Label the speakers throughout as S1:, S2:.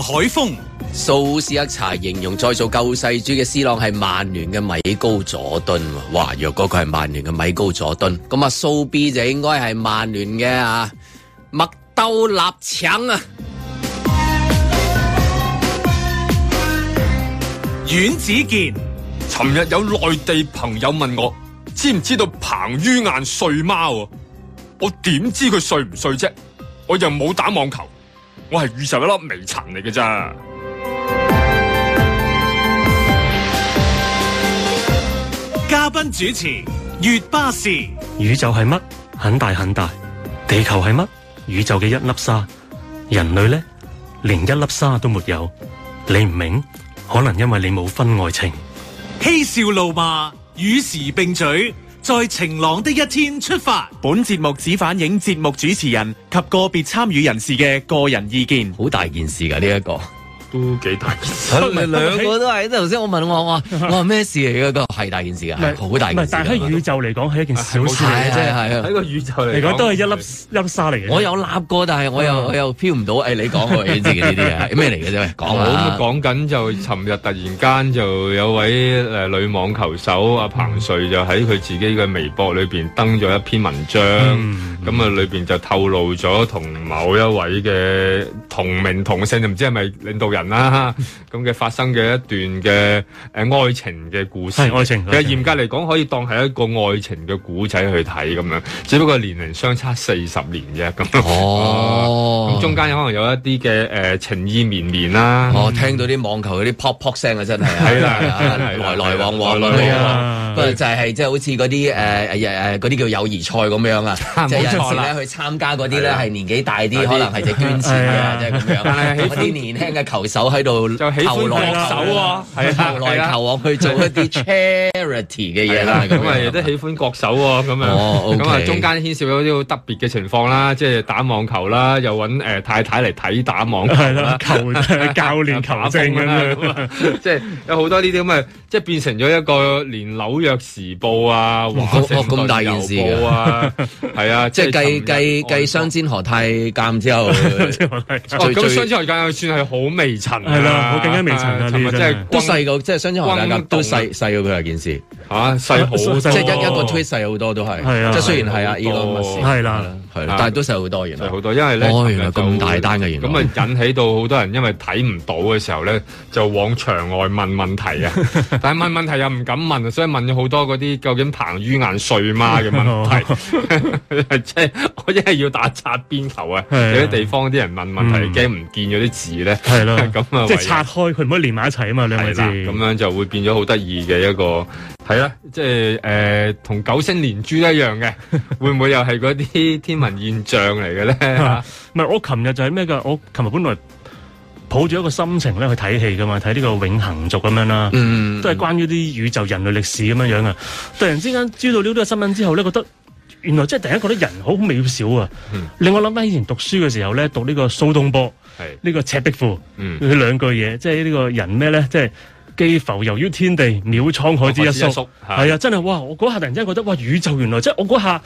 S1: 海峰、
S2: 蘇斯克查形容再做救世主嘅斯朗係曼聯嘅米高佐敦喎，哇！若果佢係曼聯嘅米高佐敦，咁啊蘇 B 就應該係曼聯嘅啊麥兜立搶啊！
S1: 阮子健、
S3: 尋日有內地朋友問我，知唔知道彭于晏睡貓啊？我點知佢睡唔睡啫？我又冇打網球，我係宇宙一粒微塵嚟嘅咋。
S1: 嘉賓主持月巴士，
S4: 宇宙係乜？很大很大。地球係乜？宇宙嘅一粒沙。人類呢，連一粒沙都沒有。你唔明？可能因為你冇婚外情。
S1: 嬉笑怒罵，與時並舉，在晴朗的一天出發。
S5: 本節目只反映節目主持人及個別參與人士嘅個人意見。
S2: 好大件事㗎呢一個。
S3: 都幾大件事。
S2: 係咪兩個都係？頭先我問我話，我話咩事嚟嘅？個係大件事㗎，係好大
S4: 唔係
S2: 件事
S4: 但係喺
S2: 㗎。
S4: 宇宙嚟講係一件小事嚟
S2: 係
S4: 嘅
S2: 係
S4: 啫。
S2: 係啊
S3: 喺個宇宙嚟
S4: 嚟講都係一粒一粒沙嚟嘅。
S2: 我有立過，但係我又我又飄唔到。誒，你講過你知嘅呢啲啊嘢咩嚟嘅啫？喂講
S3: 咁
S2: 啊！
S3: 講緊就尋日突然間就有位誒、呃女網球手阿彭帥就喺佢自己嘅微博裏邊登咗一篇文章，咁啊裏邊就透露咗同某一位嘅同名同姓，就唔知係咪領導人啦， 咁嘅發生嘅一段嘅誒、呃愛情嘅故事。
S4: 係愛情
S3: 其
S4: 愛
S3: 實
S4: 情
S3: 嚴格嚟講，可以當係一個愛情嘅古仔去睇咁樣，只不過年齡相差四十年啫咁。
S2: 哦
S3: 咁，中間可能有一啲嘅誒情意綿綿啦。
S2: 我聽到啲網球嗰啲 pop pop 聲啊，真係啊
S3: 嗯係啦
S2: 係啊
S3: 係啦係啦
S2: 來來往往，
S3: 來
S2: 來
S3: 來
S2: 來
S4: 往
S2: 往
S4: 往
S2: 往。不過就係即係好似嗰啲誒誒誒嗰啲叫友誼賽咁 樣啊，即係有陣時咧去參加嗰啲咧
S3: 啊
S2: 係年紀大啲，可能係隻捐錢啊，即係咁樣。
S3: 但係喜歡
S2: 嗰啲年輕嘅球手喺度
S3: 就喜歡
S2: 投來
S3: 國手啊係啊
S2: 投來
S3: 係啊
S2: 投往去做一啲 charity 嘅嘢
S3: 係
S2: 啦
S3: 啦，，
S2: 咁
S3: 咁啊
S2: 樣
S3: 亦都喜歡國手喎，咁
S2: 哦
S3: 樣，
S2: ，OK
S3: 咁啊中間牽涉到啲好特別嘅情況啦，即係打網球啦，又揾誒太太嚟睇打網 球
S4: 係
S3: 啦
S4: 啦，，球教練球證咁
S3: 啦，
S4: 樣。
S3: 咁啊 即係有好多呢啲咁嘅，即係變成咗一個連紐約時報啊、華盛
S2: 哦咁
S3: 頓
S2: 大件事㗎
S3: 郵報啊， 係啊，
S2: 即係計計計
S3: 相
S2: 雙。煎何太監 之後，
S3: 哦，
S2: 最
S3: 咁
S2: 最
S3: 雙子河間又算係好微塵㗎
S4: 係啦好更加微塵啊呢啲
S3: 尋日
S4: 真
S3: 真
S4: 係
S3: 係
S2: 都細過，即係雙煎何太監都細細過佢係啊件事。
S3: 嚇細好
S4: 細
S3: 多，
S4: 細
S2: 即係
S4: 係
S2: 一一個
S4: 哦
S2: tweet 細好多都係，
S4: 係啊
S2: 即係雖然係啊
S3: 係好
S2: Elon
S3: 多
S2: Musk
S4: 係啦
S2: 係
S3: 啊
S2: 啦，但係都細好多原來
S3: 細。好多，因為咧
S2: 哦
S3: 尋日
S2: 原來
S3: 就
S2: 咁大單嘅原來
S3: 咁啊引起到好多人因為睇唔到嘅時候咧，就往場外問問題 啊，但係問問題又唔敢問，所以問咗好多嗰啲究竟彭于晏睡嗎 嘅問
S2: 哦
S3: 題， 即係我一係要打擦邊球啊，有
S4: 係啊
S3: 啲地方啲人問問
S2: 嗯
S3: 題驚唔見咗啲字咧，
S4: 係啦，
S3: 咁啊
S4: 即
S3: 唯有
S4: 係拆開佢，唔可以連埋一齊啊嘛，兩個
S3: 係
S4: 字。
S3: 啦，咁樣就會變咗好得意嘅一個，係啦，即係誒同九星連珠一樣 嘅，會唔會又係嗰啲天文現象嚟 嘅 咧？
S4: 唔係我琴日就係咩㗎？我琴日本來抱住一個心情咧去睇戲㗎嘛，睇呢個《永恆族》咁樣啦，
S2: 嗯
S4: 都係關於啲宇宙人類歷史咁樣樣啊。突然之間知道呢個新聞之後咧，覺得。原來即係第一覺得人好渺小啊！
S3: 嗯
S4: 令我諗翻以前讀書嘅時候咧，讀呢個蘇東坡，
S3: 係，
S4: 呢、個赤壁賦，
S3: 嗯。
S4: 佢兩句嘢，即係呢個人咩咧，即係既浮游於天地，渺滄海之一
S3: 海之一
S4: 粟
S3: 粟。係
S4: 係啊，真係哇！我嗰下突然之間覺得，哇！宇宙原來即係我嗰下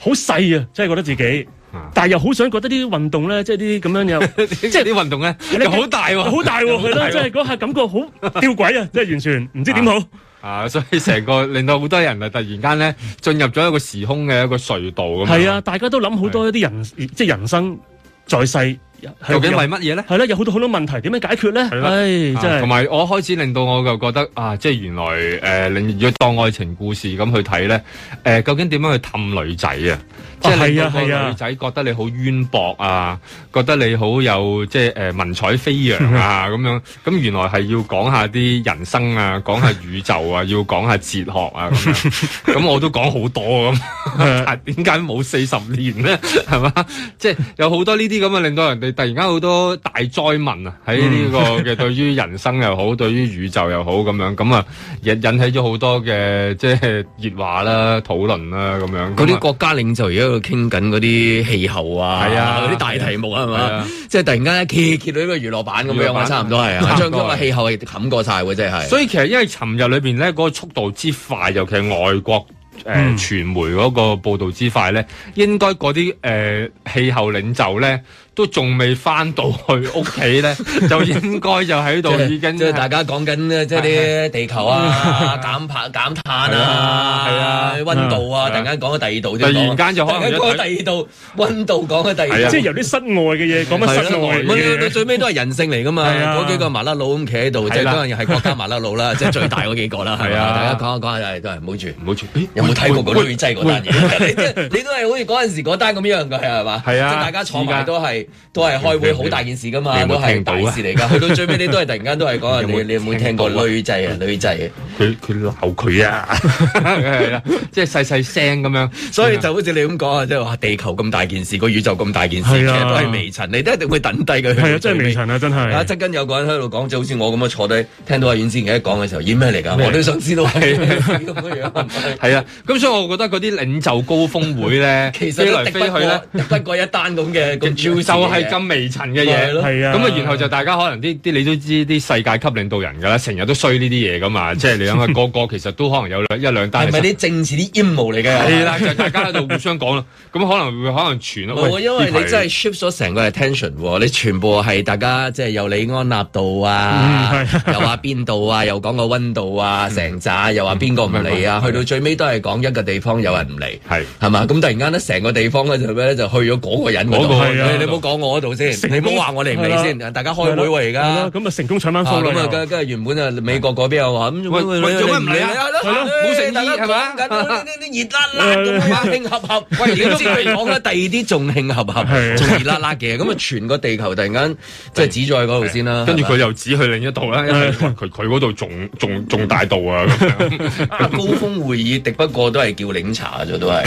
S4: 好細啊，即係覺得自己
S3: 啊，
S4: 但係又好想覺得呢啲運動咧，即係啲咁樣又
S3: 即係啲運動咧，又 好大喎，
S4: 好大喎，係
S3: 大
S4: 咯，
S3: 喎
S4: 即係嗰下感覺好吊詭啊，即係完全唔知點好。
S3: 啊！所以成個令到好多人啊，突然間咧進入咗一個時空嘅一個隧道咁樣。
S4: 係啊，大家都諗好多一啲人，即係人生在世，
S3: 究
S4: 究
S3: 竟為乜嘢咧？
S4: 係啦，有好多好多問題點樣解決咧？
S3: 啦
S4: 唉，真
S3: 啊
S4: 係
S3: 同。埋我開始令到我就覺得啊，即係原來誒、呃你要當愛情故事咁去睇咧，誒、究竟點樣去氹女仔啊？即係令到個
S4: 係啊係啊
S3: 女仔覺得你好淵博啊，覺得你好有即係誒、呃文采飛揚啊咁 樣。咁原來係要講下啲人生啊，講下宇宙啊，要講下哲學啊咁 樣。咁我都講好多啊咁， 但點解冇四十年咧？ 係嘛？即係有好多呢啲咁嘅，令到人哋突然間好多大災民啊！喺呢個
S2: 嗯
S3: 嘅對於人生又 好，對於宇宙又好咁樣，咁啊引引起咗好多嘅即係熱話啦、討論啦咁樣。
S2: 嗰
S3: 咁
S2: 啲
S3: 啊
S2: 國家領袖而家喺度傾緊嗰啲氣候啊，
S3: 係啊
S2: 嗰啲大題目啊係
S3: 係
S2: 嘛
S3: 啊，
S2: 即係突然間一揭揭到呢個娛樂版咁
S3: 娛樂
S2: 樣啊，
S3: 版
S2: 差唔多係
S3: 差
S2: 啊，
S3: 唔多
S2: 將嗰個氣候係冚過晒喎，即係。
S3: 啊所以其實因為尋日裏邊咧嗰個速度之快，尤其係外國。誒、
S4: 嗯
S3: 傳媒嗰個報導之快咧，應該嗰啲誒氣候領袖咧都仲未翻到去屋企 咧，就應該就喺度已經
S2: 即係大家講緊咧，即係啲地 球啊、減排、減碳啊、
S3: 係啊係啊
S2: 温度啊，
S3: 係啊
S2: 突然間講咗第二度，
S3: 突然間就可能
S2: 突然間講咗第二度，温度講咗第
S3: 係
S2: 二
S3: 啊
S2: 度
S4: 即係。由啲室外嘅嘢講翻室內嘅
S2: 唔係到
S4: 嘢。
S2: 最尾都係人性嚟噶嘛，
S4: 係啊
S2: 嗰幾個麻甩佬咁企喺度，即係
S3: 係啦
S2: 當然係國家麻甩 佬啦，即係最大嗰幾個啦，係
S3: 係
S2: 啊，
S3: 啊
S2: 大家講下講下，唉都係唔好住。
S3: 唔好住，咦
S2: 有冇睇過個女仔嗰單？
S3: 喂喂喂
S2: 嘢？ 你都你都係好似嗰陣時嗰單咁樣嘅係嘛？
S3: 係啊
S2: 即係大家坐
S3: 而
S2: 埋
S3: 家
S2: 都係都係開會，
S3: 你
S2: 好大件事噶嘛，
S3: 你有
S2: 都
S3: 冇
S2: 係
S3: 聽到
S2: 大
S3: 啊
S2: 事 嚟㗎。去到最尾你都係突然間都係講啊，
S3: 有
S2: 你
S3: 冇
S2: 你有冇聽過
S3: 聽到啊
S2: 女仔啊？女仔啊，
S3: 佢佢鬧佢啊，係啦，即係細細聲咁 樣，
S2: 所以就好似你咁講啊，即係話地球咁大件事，個宇宙咁大件事，其
S4: 係啊
S2: 實都係微塵，你都一定會等低佢。
S4: 係啊，真係微。塵啊，真
S2: 啊！
S4: 係。
S2: 側跟有個人喺度講，就好似我咁樣坐低，聽到阿阮之前一講嘅時候，咦咩嚟㗎？我都想知道係咩事咁樣 樣。
S3: 係啊，咁所以我覺得嗰啲領袖高峰會咧，
S2: 其實
S3: 飛
S2: 都
S3: 來
S2: 敵不
S3: 飛去
S2: 過
S3: 咧。，
S2: 敵不過一單咁嘅咁
S3: 就
S2: juicy 嘅
S3: 係
S2: 嘢
S3: 咁微塵嘅
S2: 係
S3: 嘢
S2: 咯
S4: 係啊
S3: 咁啊，然後就大家可能啲啲你都知啲世界級領導人㗎啦，成日都衰呢啲嘢㗎 嘛，即係你諗下個個其實都可能有兩一兩單
S2: 係咪啲政治啲陰謀嚟嘅？
S3: 係啦，就大家喺度互相講啦，咁可能會可能傳咯。
S2: 冇啊，
S3: 喂
S2: 因為
S3: 呢排
S2: 你真係 shift 咗成個 attention 喎，你全部係大家即係有李安納度
S3: 嗯
S2: 啊， 又話邊度啊，又講個温度啊，成扎又話邊個唔嚟啊，去到最尾都係講一個地方有人唔嚟，
S3: 係
S2: 係嘛？咁突然間咧，成個地方咧就咩咧，就去咗嗰個人嗰
S3: 嗰個
S2: 度。
S4: 係啊
S2: 你你唔好講我嗰度先，
S4: 成
S2: 你
S4: 功
S2: 唔好話我嚟唔
S4: 係
S2: 嚟
S4: 啦
S2: 先，大家開會喎而
S4: 係啦
S2: 家。
S4: 咁啊成功搶翻科
S2: 啊咁啊，
S4: 啦
S2: 跟。跟住原本啊，美國嗰邊又話咁
S3: 喂喂做乜唔嚟啊
S2: 係咯，
S3: 冇誠意
S2: 大家
S3: 係嘛
S2: 講緊哦呢啲熱辣辣咁啊，興合合。喂，你
S3: 啊
S2: 知佢講嘅第二啲仲興合合，
S4: 係
S2: 仲熱辣辣嘅，咁啊，全個地球突然間即係指咗喺嗰度先啦。
S3: 跟住
S2: 係
S3: 佢又指去另一度啦，因為哇佢佢嗰度仲仲仲大度啊咁樣。
S2: 嘛啊高峰會議，敵不過都係叫檸茶啫， 都係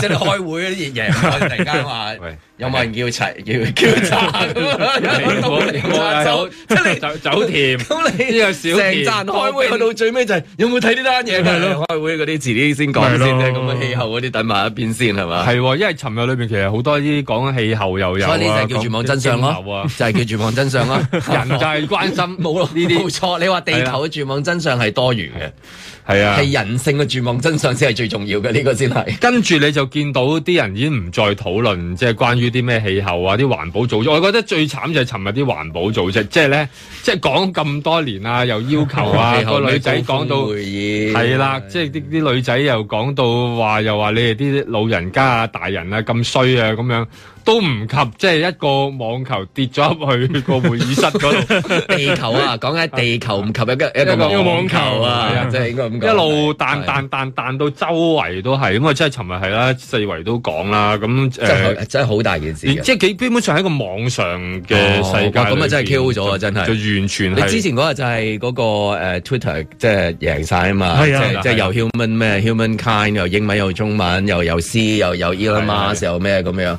S2: 即係你開會嗰啲嘢唔開，突然間話
S3: 喂
S2: 有冇人叫茶叫叫茶咁啊？有冇人叫茶酒即係 你。
S3: 走走甜，
S2: 咁你
S3: 呢個小
S2: 成
S3: 田
S2: 站開會去到最尾就係、有冇睇呢單嘢？係咯，開會嗰啲遲啲先講先
S4: 係
S2: 啫，
S4: 咯
S2: 咁啊氣候嗰啲等埋一邊先係嘛？
S3: 係喎，因為尋日裏邊其實好多啲講氣候又有啊，
S2: 所以呢就係叫絕望真相
S3: 講經
S2: 咯，
S3: 流啊
S2: 就係叫絕望真相咯。
S3: 人就係關心
S2: 冇咯，
S3: 呢
S2: 冇
S3: 啲
S2: 錯。你話地球嘅絕望真相係多餘嘅，
S3: 係啊。
S2: 係人性嘅絕望真相先係最重要嘅，呢、個先係。
S3: 跟住你就見到啲人已經唔再討論，即係關於啲咩氣候啊、啲環保組織。我覺得最慘就係尋日啲環保組織，即係咧，即係講咁多年啊，又要求啊，
S2: 氣候
S3: 個
S2: 咩
S3: 女仔講
S2: 高峰
S3: 到
S2: 會議
S3: 係啦，即係啲啲女仔又講到話，又話你哋啲老人家啊、大人啊咁衰啊咁樣，都唔及即係一個網球跌咗入去個會議室嗰 度。
S2: 地 球啊，講緊地球唔及一個一
S3: 一個
S2: 個網
S4: 網球
S2: 球
S3: 係
S2: 啊
S3: 啊，
S2: 即係應該咁
S3: 一
S2: 講。
S3: 路彈
S2: 係
S3: 彈彈彈到周圍都係，咁啊，即係尋日係啦，四圍都講啦，咁
S2: 真係
S3: 誒
S2: 好，真係好大件事
S3: 連
S2: 嘅。
S3: 即係幾基本上喺一個網上嘅世界裏邊
S2: 哦哇咁啊真係 KO 咗啊
S3: 就
S2: 真係
S3: 就完全
S2: 你
S3: 係
S2: 之前嗰日就係嗰個誒 Twitter 即係贏晒啊嘛，即
S4: 係啊
S2: 係即係又 human 咩 human kind 又英文又中文又又 C 又又 Elon
S3: 係啊
S2: Musk 又咩咁樣，咁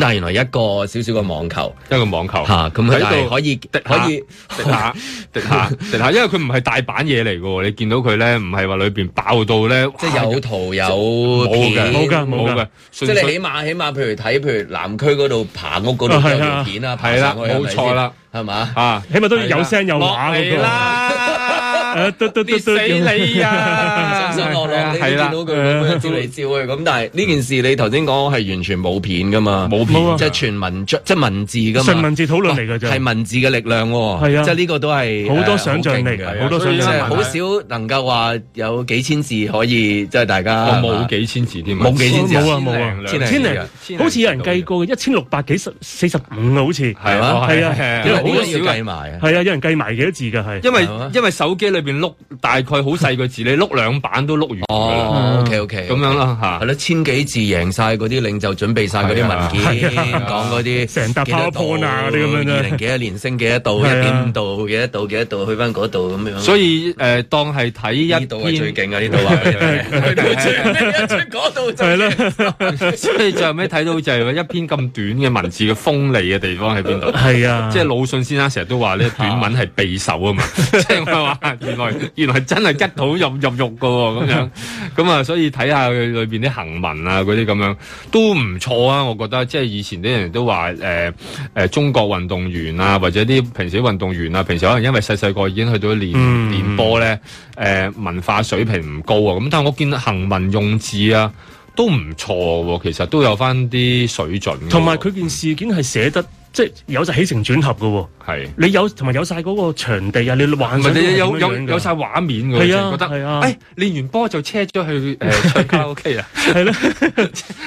S2: 但係原來一個少少個網球
S3: 一個網球
S2: 嚇，咁佢但係可以
S3: 滴下
S2: 可以
S3: 滴下滴 下滴下，因為佢唔係大版嘢嚟嘅喎，你見到佢咧唔係話裏邊爆到咧，
S2: 即係有圖有
S3: 冇嘅
S2: 片，
S4: 冇㗎
S3: 冇嘅，
S2: 即
S3: 純
S2: 係你
S3: 粹
S2: 起碼起碼譬如睇譬如南區嗰度爬屋嗰度
S4: 啊係
S2: 有條
S4: 啊
S2: 片啊，爬
S3: 係啦
S2: 上去係咪
S3: 冇錯
S2: 先
S3: 啦，
S2: 係嘛？
S3: 啊，
S4: 起碼都要有聲有
S3: 落
S4: 畫嗰
S3: 嚟
S4: 個。
S3: 啦，
S4: 誒，嘟嘟
S3: 跌
S4: 嘟嘟
S3: 死你啊！
S2: 上上落
S4: 哎
S2: 落，你都
S3: 係
S2: 見
S3: 啦
S2: 到，佢
S4: 嗯
S2: 會照嚟照去咁，但係呢件事你頭先講係完全冇片噶嘛，
S3: 冇
S4: 冇啊
S3: 片
S2: 即係全文章，即係文字噶嘛，
S4: 純文字討論嚟㗎
S2: 係
S4: 啫。
S2: 文字嘅力量喎，
S4: 係啊
S2: 即係呢個都係
S4: 好多
S2: 呃
S4: 想像力
S2: 好勁嘅
S4: 好多想
S2: 即
S4: 像
S2: 係
S4: 力
S2: 好少能夠話有幾千字可以，即係大家
S3: 我冇幾千字添啊，
S2: 冇幾千字啊
S4: 冇啊冇啊，
S2: 千零
S4: 千
S2: 字啊
S4: 零，好似有人計過嘅，一千六百幾十四十五啊，好似。
S3: 係
S2: 係嘛
S3: 啊
S4: 係啊
S2: 係
S4: 因為
S2: 啊
S4: 好
S2: 呢
S3: 好
S2: 個
S3: 少
S2: 要
S3: 嘅
S2: 計埋啊。
S4: 係啊，有人計埋幾多字㗎，係。
S3: 因為
S2: 係嘛
S3: 因為手機裏邊碌大概好細個字，你碌兩版都碌完㗎啦，
S2: 哦
S4: 嗯
S2: ，OK OK，
S3: 咁樣。啦嚇
S2: 係。咯，千幾字贏晒嗰啲領袖準備晒嗰啲文件，講嗰啲
S4: 成沓 PowerPoint 啊嗰啲咁樣啫
S2: 二零幾一年升幾多度，
S4: 係
S2: 一
S4: 啊
S2: 點五度，幾多度，幾多度，去翻嗰度咁樣。
S3: 所以誒、呃，當係睇一
S2: 呢度係最勁啊！呢度話俾你聽，去到最尾一出嗰度就
S4: 係 啦，
S3: 所以最後尾睇到就係話一篇咁短嘅文字嘅鋒利嘅地方喺邊度？
S4: 係啊，
S3: 即係魯迅先生成日都話咧，短文係匕首 啊嘛，即係我話原來原來真係吉到入入 肉噶喎咁樣，咁啊所以睇下佢裏邊啲行文啊嗰啲咁樣都唔錯啊，我覺得即係以前啲人都話誒誒中國運動員啊，或者啲平時啲運動員啊，平時可能因為細細個已經去到練
S4: 嗯
S3: 練波咧，誒、文化水平唔高啊，咁但係我見行文用字啊都唔錯喎，其實都有翻啲水準㗎喎，
S4: 同埋佢件事件係寫得即係有晒起承轉合嘅喎。
S3: 係。
S4: 你有同埋有晒嗰個場地啊，你幻
S3: 唔係
S4: 想到
S3: 你有
S4: 係
S3: 有
S4: 點樣樣㗎
S3: 有晒畫面㗎，
S4: 係啊
S3: 我淨係覺
S4: 係
S3: 得，
S4: 啊
S3: 哎，練完波就車咗去 誒唱卡拉 OK 啦，
S4: 係咯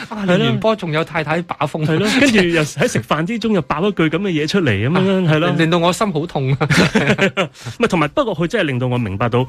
S3: 啊
S4: 係咯
S3: 練完波仲有太太把風，啊
S4: 係咯，跟住又喺食飯之中又爆一句咁嘅嘢出嚟咁樣，係咯。
S3: 令到我心好痛啊！
S4: 唔係，同埋不過佢真係令到我明白到，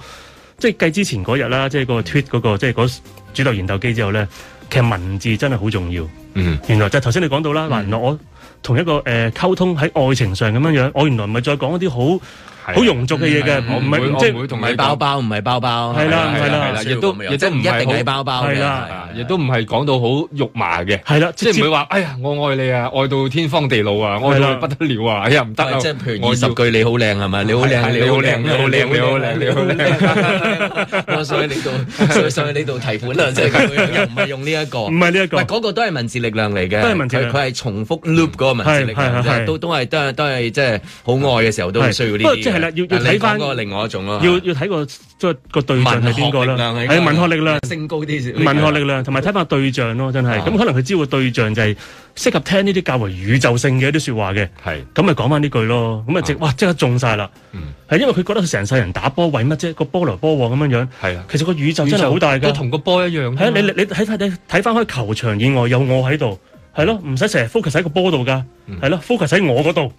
S4: 即係計之前嗰日啦，即係個 tweet 嗰、個即係嗰主流研究機之後咧，其實文字真係好重要。
S3: 嗯，
S4: 原來就係頭先你講到啦，嗱、原來我同一個誒、呃、溝通喺愛情上咁樣樣，我原來唔係再講一啲好好庸俗嘅嘢嘅，
S3: 啊係啊
S4: 唔
S3: 我唔會
S4: 係
S3: 我
S4: 即
S3: 唔
S4: 係啊
S3: 會同
S2: 唔
S3: 你
S2: 係
S3: 講
S2: 包包，唔係包包，
S4: 係啦係啦係啦
S2: 需要
S3: 亦都
S2: 咁樣
S3: 亦都唔
S2: 即係
S3: 係
S2: 一定
S3: 好
S2: 係包包嘅，
S4: 係啦
S3: 啊
S2: 係
S3: 亦都唔係講到好肉麻嘅。
S4: 係啦，
S3: 即係
S4: 直
S3: 唔
S4: 接
S3: 會話，哎呀，我愛你啊，愛到天荒地老啊，愛到
S4: 係啦
S3: 你不得了啊，哎呀，唔得啊，
S2: 即係譬如
S3: 我
S2: 二
S3: 要
S2: 十句你好靚係咪？你好
S3: 係
S2: 靚，
S3: 係你好靚你好靚你好靚
S2: 靚。我想喺呢度，所以想喺呢度提款啦，即係咁樣又唔係用呢一個
S4: 唔。係呢一
S2: 喂，
S4: 個
S2: 嗰個都係文字力量嚟嘅，
S4: 都係文字力
S2: 佢
S4: 量
S2: 佢係重複 loop 嗰個文字力
S4: 係係
S2: 量，即
S4: 係
S2: 係都都係都係都係即係好愛嘅時候都會需要
S4: 係
S2: 呢
S4: 不過
S2: 啲
S4: 即
S2: 嘅。
S4: 係啦要要
S2: 但你
S4: 睇返
S2: 講嗰個另外一種
S3: 啊
S2: 咯，
S4: 要要睇個即係個對象係邊個啦，
S2: 文學力量
S4: 係文學力量。
S2: 升高啲先。
S4: 文學力量同埋睇法對象咯，真係
S2: 啊
S4: 咁可能佢知道個對象就係適合聽呢啲較為宇宙性嘅一啲説話嘅，
S3: 係
S4: 咁咪講翻呢句咯，咁咪即哇即刻中晒啦，係、
S3: 嗯
S4: 因為佢覺得佢成世人打波為乜啫？個波來波往咁樣樣，
S3: 係啊，
S4: 其實個宇宙真係好大
S3: 都
S4: 㗎。
S3: 同個波一樣啫嘛。
S4: 係啊，你你你睇睇睇睇翻開球場以外有我喺度，係咯，唔使成日 focus 喺個波度㗎，係咯，focus 喺我嗰度，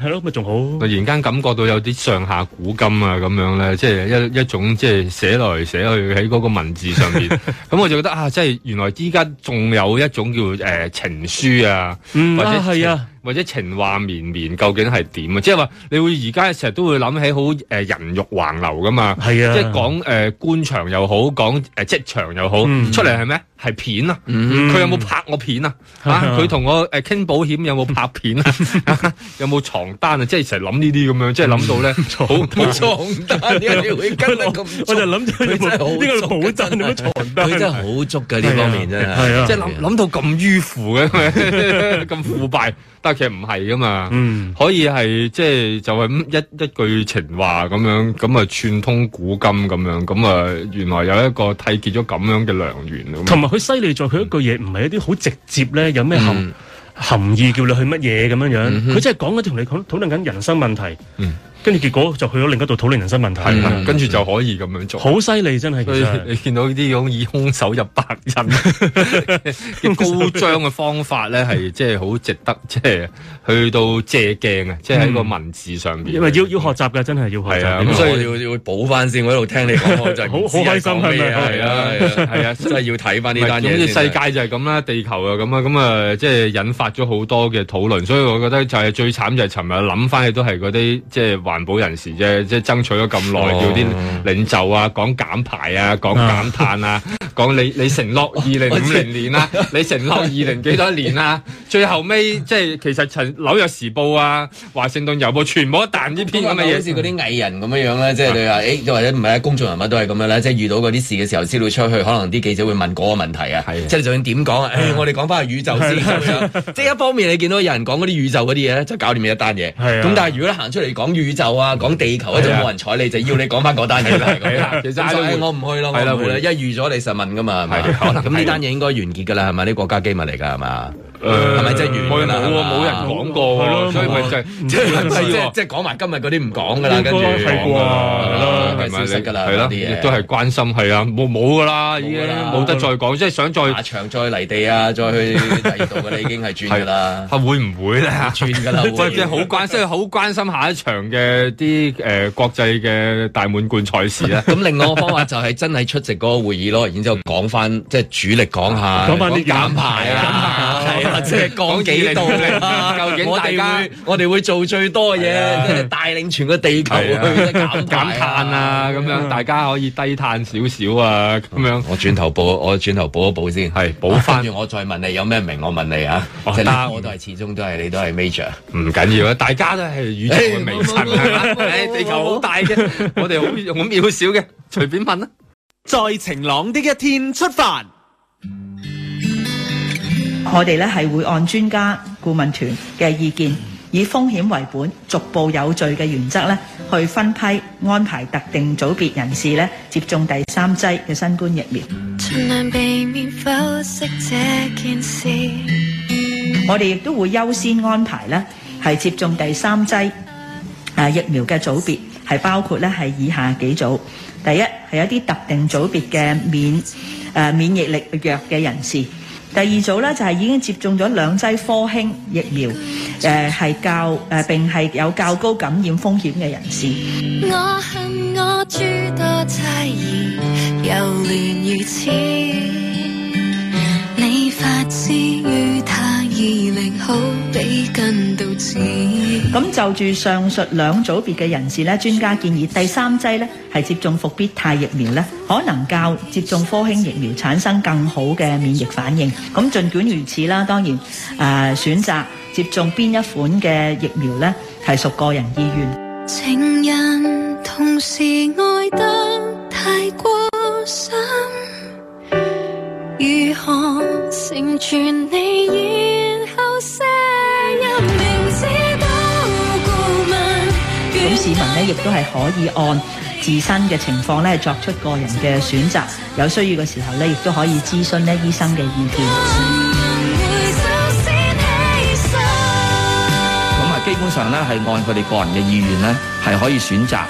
S4: 係咯，咪仲好
S3: 突然間感覺到有啲上下古今啊咁樣咧，即係一一種即係寫來寫去喺嗰個文字上面，咁我就覺得啊，即係原來依家仲有一種叫誒、呃情書啊，
S4: 嗯
S3: 或者
S4: 啊係啊，
S3: 或者情話綿綿，究竟係點啊？即係話你會而家成日都會諗起好誒、呃人肉橫流噶嘛，
S4: 係啊，
S3: 即係講誒官場又好，講誒職場又好，
S4: 嗯
S3: 出嚟係咩？係片啊！
S4: 嗯
S3: 佢有冇拍我片 啊？啊，佢同我誒傾保險有冇拍片啊？ 啊 有冇床單啊？即係成日諗呢啲咁樣，即係諗到咧，
S4: 嗯
S3: 好
S2: 好
S3: 好
S2: 重單，點解你會跟得咁
S4: 我就
S2: 重
S4: 諗住
S2: 佢
S4: 有
S2: 真係好
S4: 冇呢個保真有乜床單
S2: 佢真係好足嘅呢方面真係。
S4: 係啊，
S3: 即係諗諗到咁迂腐嘅， 咁腐敗，但係其實唔係噶嘛。
S4: 嗯。
S3: 可以係即係就係咁一一句情話咁樣，咁啊串通古今咁樣，咁啊原來有一個締結咗咁樣嘅良緣咁樣。
S4: 同埋佢犀利在佢一句嘢唔係一啲好直接咧，有咩含、含義叫你去乜嘢咁樣樣，佢、真係講緊同你講討論緊人生問題，
S3: 嗯
S4: 跟住結果就去咗另一度討論人生問題
S3: 係
S4: 咁
S3: 啦，
S4: 樣，
S3: 跟住就可以咁樣做。
S4: 嗯好犀利真係其
S3: 所以
S4: 實。
S3: 你見到呢啲咁以空手入白刃嘅高張嘅方法咧，係即係好值得，即係去到借鏡啊！即係喺個文字上面，
S4: 因為要要學習嘅，真係要學
S3: 係啊
S4: 習。
S2: 咁
S3: 咁
S2: 所以要要補翻先，我喺度聽你講，我就係唔知係講咩啊
S4: 好
S3: 啊
S4: 好開心
S2: 係啊係啊係
S3: 係
S2: 啊，
S3: 啊
S2: 真係要睇翻呢
S3: 唔係
S2: 單
S3: 咁
S2: 嘢
S3: 嘅
S2: 先。
S3: 世界就係咁啦，地球又咁啦，咁啊即係引發咗好多嘅討論，所以我覺得就係最慘就係尋日諗翻起都係嗰啲即係環保人士啫，即係爭取咗咁耐，
S2: 哦
S3: 叫啲領袖啊講減排啊，講減碳 啊，講你你承諾二零五零年啦，你承諾二零幾多年啦，最後尾即係其實陳紐約時報啊、華盛頓郵報全部一彈呢篇
S2: 咁
S3: 咁
S2: 啊，
S3: 嘅
S2: 咪好似
S3: 嘢。啊
S2: 嗰啲藝人咁樣樣咧，即係你話，誒，或者唔係公眾人物都係咁樣啦，即係遇到嗰啲事嘅時候，資料出去，可能啲記者會問嗰個問題啊，
S3: 係
S2: 即係就算點講啊，誒，我哋講翻宇宙先咁樣，即係一方面你見到有人講嗰啲宇宙嗰啲嘢咧，就搞掂一單嘢，
S4: 係啊
S2: 咁但係如果你行出嚟講宇宙啊、講地球咧，就
S3: 係啊
S2: 冇人睬你，就要你講翻嗰單嘢啦，係
S3: 係啊
S2: 啦
S3: 啦，
S2: 其
S3: 其
S2: 實
S3: 實嗌都會
S2: 我唔去啦，
S3: 係啦
S2: 我唔去啦，
S3: 會
S2: 一預咗你實問噶嘛，係咪
S3: 係可能
S2: 咁呢
S3: 係
S2: 單嘢應該完結㗎啦，係咪？呢國家機密嚟㗎係嘛？
S3: 誒
S2: 係咪真係完
S3: 冇
S2: 㗎
S3: 人
S2: 啦
S3: 冇啊
S2: 係嘛
S3: 冇人講過
S4: 係咯
S3: 喎，所以咪就係
S4: 冇
S2: 即
S3: 即
S2: 係
S3: 係唔
S2: 即
S3: 知喎
S2: 係即係講埋今日嗰啲唔講㗎啦，跟住哦
S4: 應該係啩係咯
S2: 係消失㗎啦，
S3: 係
S2: 嗰
S3: 啦，
S2: 啲嘢
S3: 亦都係關心，係啊，冇冇噶啦，已經
S2: 冇㗎啦
S3: 冇得再講，即係想再
S2: 下場再嚟地啊，再去第二度嘅你已經係轉㗎啦，
S3: 係 會唔會咧？
S2: 轉㗎啦，
S3: 即係好
S2: 會。
S3: 關，即係好關心下一場嘅啲誒國際嘅大滿貫賽事 咧
S2: 咁另外個方法就係真係出席嗰個會議咯，然之後講翻即係主力講下，
S4: 講返啲
S2: 減排啊，
S4: 減排啊
S2: 係啊，即係講幾度 啊，
S3: 究竟
S2: 我哋
S3: 大家啊
S2: 會我哋會做最多嘢，即係帶領全個地球去
S3: 係啊
S2: 減排
S3: 減碳啊，咁樣大家可以低碳少少啊，咁樣
S2: 我轉頭報，我轉頭報一報先。
S3: 係補
S2: 跟
S3: 翻
S2: 住我再問你有咩名，我問你啊，
S3: 哦
S2: 即係
S3: 得
S2: 我都係始終都係你都係 major。
S3: 唔緊要啊， 大家都係宇宙嘅微塵
S2: 誒冇冇冇
S3: 係嘛
S2: 冇冇
S3: 誒地球
S2: 冇
S3: 好
S2: 冇
S3: 大嘅，我哋好好渺小嘅，隨便問啦。
S1: 在晴朗的一天出發。
S6: 我哋咧係會按專家顧問團嘅意見，以風險為本，逐步有序嘅原則咧，去分批安排特定組別人士咧接種第三劑嘅新冠疫苗。
S7: 盡量避免否釋這件事。
S6: 我哋亦都會優先安排咧係接種第三劑啊疫苗嘅組別係包括咧係以下幾組。第一係一啲特定組別嘅免誒、呃免疫力弱嘅人士。第二組咧就係、已經接種咗兩劑科興疫苗，誒、係較誒、呃、並係有較高感染風險嘅人士。
S7: 我恨我諸多猜疑，又連如此。你發知於他毅力好比近到似。
S6: 咁就住上述兩組別嘅人士咧，專家建議第三劑咧係接種復必泰疫苗咧，可能較接種科興疫苗產生更好嘅免疫反應。咁儘管如此啦，當然誒、呃、選擇接種邊一款嘅疫苗咧，係屬個人意願。
S7: 情人同時愛得太過深，如何成全你然後卸任？明知都顧問，
S6: 咁市民咧亦都係可以按自身嘅情況咧作出個人嘅選擇，有需要嘅時候咧，亦都可以諮詢咧醫生嘅意見。
S7: 回首先起身。
S8: 咁啊，基本上咧係按佢哋個人嘅意願咧，係可以選擇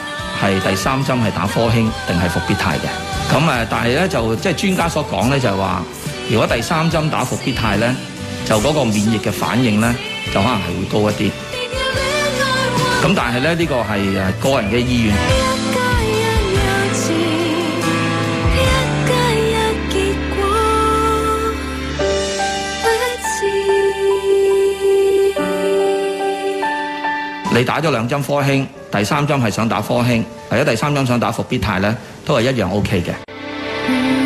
S8: 係第三針係打科興定係復必泰嘅。咁誒，但係咧就即係專家所講咧就係話，如果第三針打復必泰咧，就嗰個免疫嘅反應咧，就可能係會高一啲。咁但係咧呢、呢個係誒個人嘅意願。你打咗兩針科興，第三針係想打科興，或者第三針想打復必泰咧，都係一樣 O K 嘅。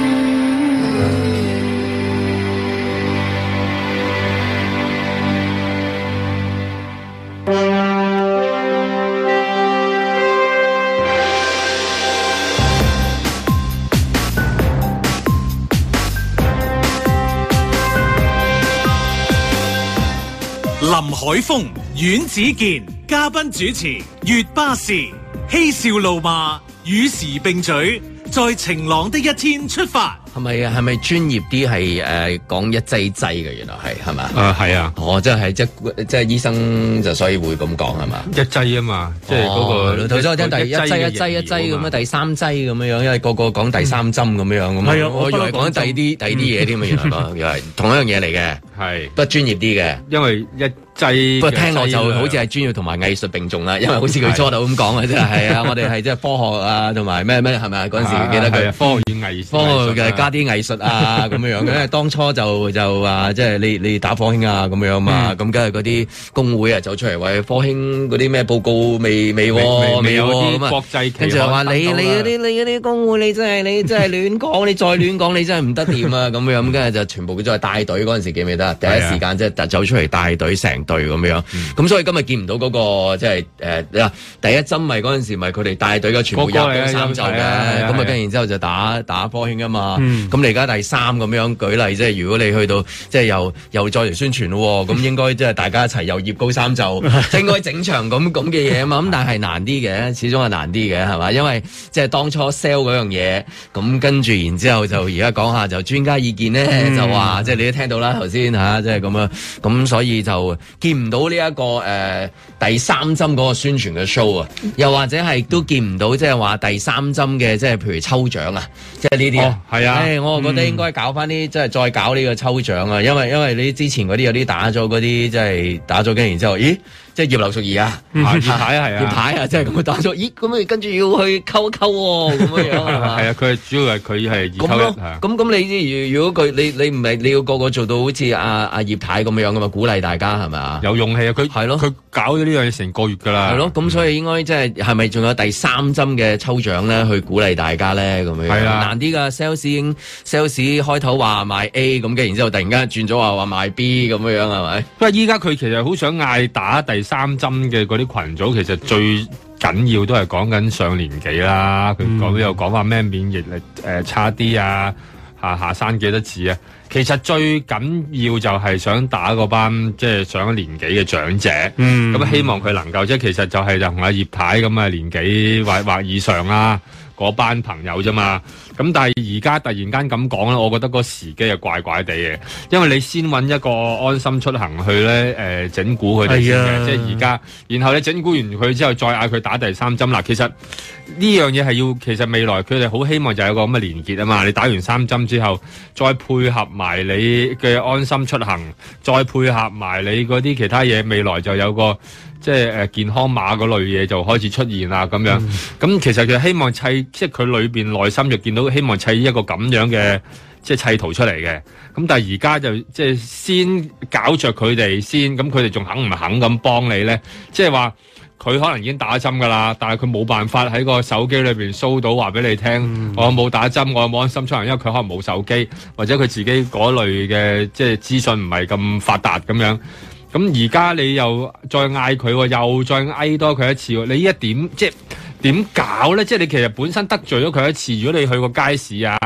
S1: 林海峰、阮子健嘉賓主持，粵巴士嬉笑怒罵，與時並舉，在晴朗的一天出發。
S2: 係咪啊係咪專業啲係誒講一劑劑嘅？原來係係嘛？
S3: 啊係啊，
S2: 哦，即係即即係醫生就所以會咁講係嘛？
S3: 一劑啊嘛，即係嗰
S2: 哦係
S3: 個。
S2: 咯頭先我聽第一劑一劑一劑
S3: 啊
S2: 咁樣，第三劑咁樣樣，因為個個講第三針咁樣樣
S3: 嗯
S2: 咁。
S4: 係啊
S2: 我
S4: 我
S2: 以為講第二啲第二啲嘢添啊，原來 咯，原來同一樣嘢嚟嘅，
S3: 係
S2: 不過專業啲嘅。
S3: 因為一劑。啊
S2: 不過聽落就好似係專業同埋藝術並重啦，因為好似佢初頭咁講嘅 真係係啊，我哋係即係科學啊，同埋咩咩係咪啊？嗰陣時記得佢
S3: 係啊。科學與藝啊
S2: 科學嘅加
S3: 家
S2: 啲藝術啊咁樣樣，因為當初 就就話即係你你打科興啊咁樣嘛，
S3: 嗯
S2: 咁梗係嗰啲工會啊走出嚟話科興嗰啲咩報告未未
S3: 未
S2: 喎
S3: 未有
S2: 喎
S3: 啲
S2: 咁啊
S3: 國際期
S2: 跟住就話你你嗰啲你嗰啲工會你真係 你真係亂講，你再亂講你真係唔得掂啊咁樣，跟住就全部再帶隊嗰陣時記唔記得啊？第一
S3: 係啊嗯
S2: 時間即係走出嚟帶隊成隊咁樣，咁所以今日見唔到嗰個即係誒啊第一針咪嗰陣時咪佢哋帶隊嘅全部入
S3: 個個嚟
S2: 到三
S3: 有
S2: 袖嘅，
S3: 係啊係啊
S2: 咁啊
S3: 係啊
S2: 跟然之後就打打科興啊嘛，咁、
S4: 嗯
S2: 你而家第三咁樣舉例，即係如果你去到即係又又再嚟宣傳咯喎，咁應該即係大家一齊又葉高三就即係應該整場咁咁嘅嘢啊嘛，咁但係難啲嘅，始終係難啲嘅係嘛，因為即係當初 sell 嗰樣嘢，咁跟住然之後就而家講下就專家意見咧、就話啊即係你都聽到啦頭先嚇，即係咁樣，咁所以就見唔到呢、一個誒。呃第三針嗰個宣傳嘅 show 啊，又或者係都見唔到，即係話第三針嘅，即係譬如抽獎啊，即係嗯呢啲
S3: 哦係啊
S2: 唉我覺得應該搞翻啲，即係再搞呢個抽獎啊，因為因為你之前嗰啲有啲打咗嗰啲，即係打咗跟然之後，咦，即係葉劉淑儀啊。
S3: 係牌係啊，
S2: 葉太啊，即係咁打咗，咦咁啊，跟住要去溝溝喎，咁樣樣係嘛
S3: 係啊，佢係主要係佢係
S2: 咁
S3: 二
S2: 咯
S3: 溝一係，啊。
S2: 咁咁你如如果佢你你唔係你要個個做到好似阿阿葉太咁樣噶嘛，鼓勵大家係咪啊？
S3: 有啊勇氣啊！佢
S2: 係咯
S3: 佢搞咗呢樣嘢成個月㗎啦。
S2: 係咯，咁所以應該即係係咪仲有第三針嘅抽獎咧，去鼓勵大家咧咁樣？
S3: 係啊
S2: 難啲噶，sales 已經 sales 開頭話賣 A 咁嘅，然之後突然間轉咗話話賣 B 咁樣樣係咪？
S3: 不過依家佢其實好想嗌打第三針嘅嗰啲群組，其實最緊要都係講緊上年紀啦。佢講又講話咩免疫力誒、呃差啲啊，下下山幾多次啊。其實最緊要就係想打嗰班即係上咗年紀嘅長者。
S4: 嗯
S3: 啊咁希望佢能夠即係其實就係就同阿葉太咁嘅年紀或或以上啦。啊嗰班朋友啫嘛。咁但係而家突然間咁講咧，我覺得個時機係怪怪地嘅，因為你先揾一個安心出行去咧誒、呃整蠱佢哋先
S4: 係啊
S3: 嘅，即係而家，然後你整蠱完佢之後，再嗌佢打第三針啦。其實呢樣嘢係要，其實未來佢哋好希望就有個咁嘅連結啊嘛！你打完三針之後，再配合埋你嘅安心出行，再配合埋你嗰啲其他嘢，未來就有個即係誒健康碼嗰類嘢就開始出現啊啦咁樣。咁、
S4: 嗯
S3: 其實佢希望砌，即係佢裏邊內心就見到希望砌一個咁樣嘅。即係砌圖出嚟嘅，咁但係而家就即係先搞着佢哋先，咁佢哋仲肯唔肯咁幫你咧？即係話佢可能已經打針㗎啦，但係佢冇辦法喺個手機裏邊搜到話俾你聽，我冇打針，我冇安心出行，因為佢可能冇手機，或者佢自己嗰類嘅即係資訊唔係咁發達咁樣。咁而家你又再嗌佢喎，又再嗌多佢一次喎，你呢一點即係點搞咧？即係你其實本身得罪咗佢一次，如果你去過街市啊，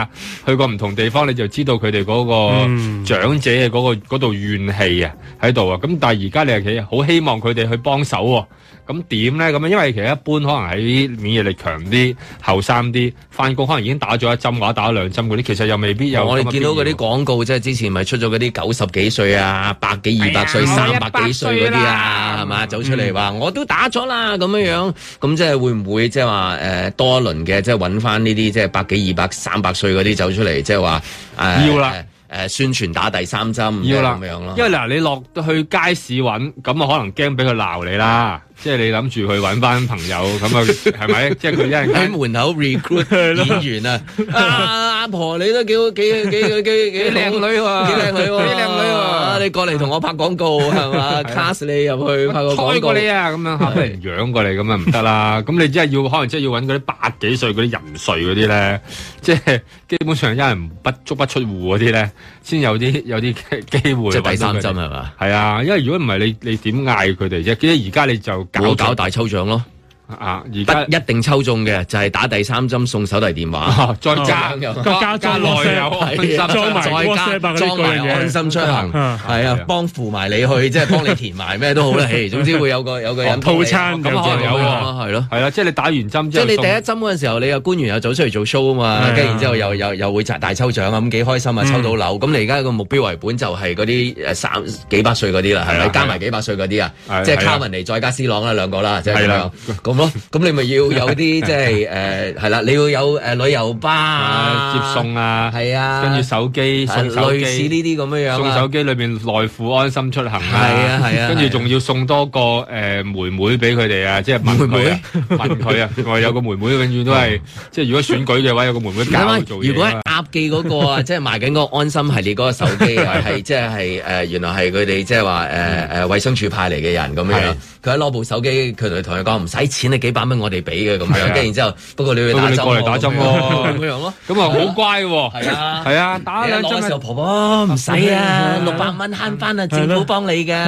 S3: 去過唔同地方，你就知道佢哋嗰個長者嘅嗰、個嗰度怨氣啊喺度啊。咁但係而家你係其實好希望佢哋去幫手喎。咁點咧？咁因為其實一般可能喺免疫力強啲、後生啲，翻工可能已經打咗一針或者打咗兩針嗰啲，其實又未必有。
S2: 我哋哦見到嗰啲廣告，即係之前咪出咗嗰啲九十幾歲啊、百幾、二百歲、三百幾歲嗰啲啊，係
S3: 嗯
S2: 嘛？走出嚟話我都打咗啦咁樣樣，咁即係會唔會即係話誒多一輪嘅，即係揾翻呢啲即係百幾、二百、三百歲嗰啲走出嚟，即係話誒
S3: 要啦。
S2: 誒宣傳打第三針
S3: 要啦
S2: 咁樣咯，
S3: 因為嗱，你落去街市揾，咁啊可能驚俾佢鬧你啦，即係你諗住去揾翻朋友，咁 啊係咪？即係佢一陣
S2: 喺
S3: 間。
S2: 門口 recruit 演員啊！啊阿婆你都幾幾幾幾幾
S3: 靚女喎
S2: 幾靚女喎，
S3: 幾靚女喎
S2: 啊你過嚟同我拍廣告係嘛？cast 你入去拍個
S3: 開
S2: 廣告
S3: 過。你啊，咁樣嚇，俾人養過你咁啊唔得啦！咁你真係要可能真係要揾嗰啲百幾歲嗰啲人歲嗰啲咧，即係基本上一人不足不出户嗰啲咧，先有啲有啲機會。
S2: 即係第三針係嘛？
S3: 係啊，因為如果唔係你你點嗌佢哋啫？即係而家你就搞
S2: 我搞大抽獎咯，
S3: 啊！而
S2: 不
S3: 家
S2: 一定抽中嘅就係打第三針送手提電 話，
S3: 啊再加
S2: 咁樣
S3: 加
S4: 加裝
S3: 內
S4: 落去
S3: 有安心
S2: 係啊
S4: 裝埋
S2: 再
S4: WhatsApp
S2: 加
S4: 啊嗰啲
S2: 裝
S4: 嗰樣
S2: 埋
S4: 嘢
S2: 安心出行，
S4: 啊
S2: 係啊，幫扶埋你去，即係幫你填埋咩都 好啦，誒，總之會有個有個人幫你
S4: 哦
S2: 哦
S4: 套餐
S3: 咁
S4: 有
S3: 可能有
S2: 咁
S3: 喎
S2: 樣咯係咯。
S3: 係啦，即係你打完針
S2: 即
S3: 之
S2: 係
S3: 後，
S2: 你第一針嗰陣時候，你又官員又走出嚟做 show 啊嘛
S4: 係，啊
S2: 跟住然之後又又又會摘大抽獎啊，咁幾開心啊，抽到
S3: 嗯
S2: 樓。咁你而家個目標為本就係嗰啲誒三幾百歲嗰啲啦，係
S3: 係
S2: 咪
S3: 啊
S2: 加埋幾百歲嗰啲
S3: 係
S2: 啊？
S3: 啊
S2: 即係
S3: 係啊
S2: 卡文尼再加斯朗啦，兩個啦，即係咁
S3: 係
S2: 樣
S3: 啦
S2: 咁咯。咁你咪要 有啲即係誒係啦，你要有誒旅遊巴啊
S3: 啊接送啊，
S2: 係啊，
S3: 跟住手機送
S2: 係啊
S3: 手
S2: 類似
S3: 機。
S2: 呢啲咁樣樣
S3: 送
S2: 啊
S3: 手機裏邊內褲安心出行啊，
S2: 係啊係啊
S3: 跟
S2: 係
S3: 住
S2: 啊
S3: 仲要送多個誒、呃妹妹俾佢哋啊，即係問佢啊，問 佢啊，我有個妹妹永遠都係，即係如果選舉嘅話，有個妹妹
S2: 你諗
S3: 教
S2: 下
S3: 佢做
S2: 如
S3: 嘢
S2: 果
S3: 啊
S2: 係鴨記嗰個啊，即係賣緊嗰個安心系列嗰個手機啊，係即係誒原來係佢哋即係話誒誒衛生署派嚟嘅人咁樣樣
S3: 係，
S2: 佢一攞部手機，佢同同佢講唔使錢啊，幾百蚊我哋俾嘅咁樣，
S3: 係啊
S2: 跟住然之後，不過你要打針
S3: 不過你過嚟打針
S2: 喎
S3: 喎
S2: 咁樣咯。
S3: 咁啊好乖喎，
S2: 係啊
S3: 係啊，打
S2: 你一
S3: 兩
S2: 攞嘅時
S3: 針
S2: 候，
S3: 啊
S2: 婆婆唔使啊，六百蚊慳翻啊，政府幫你嘅。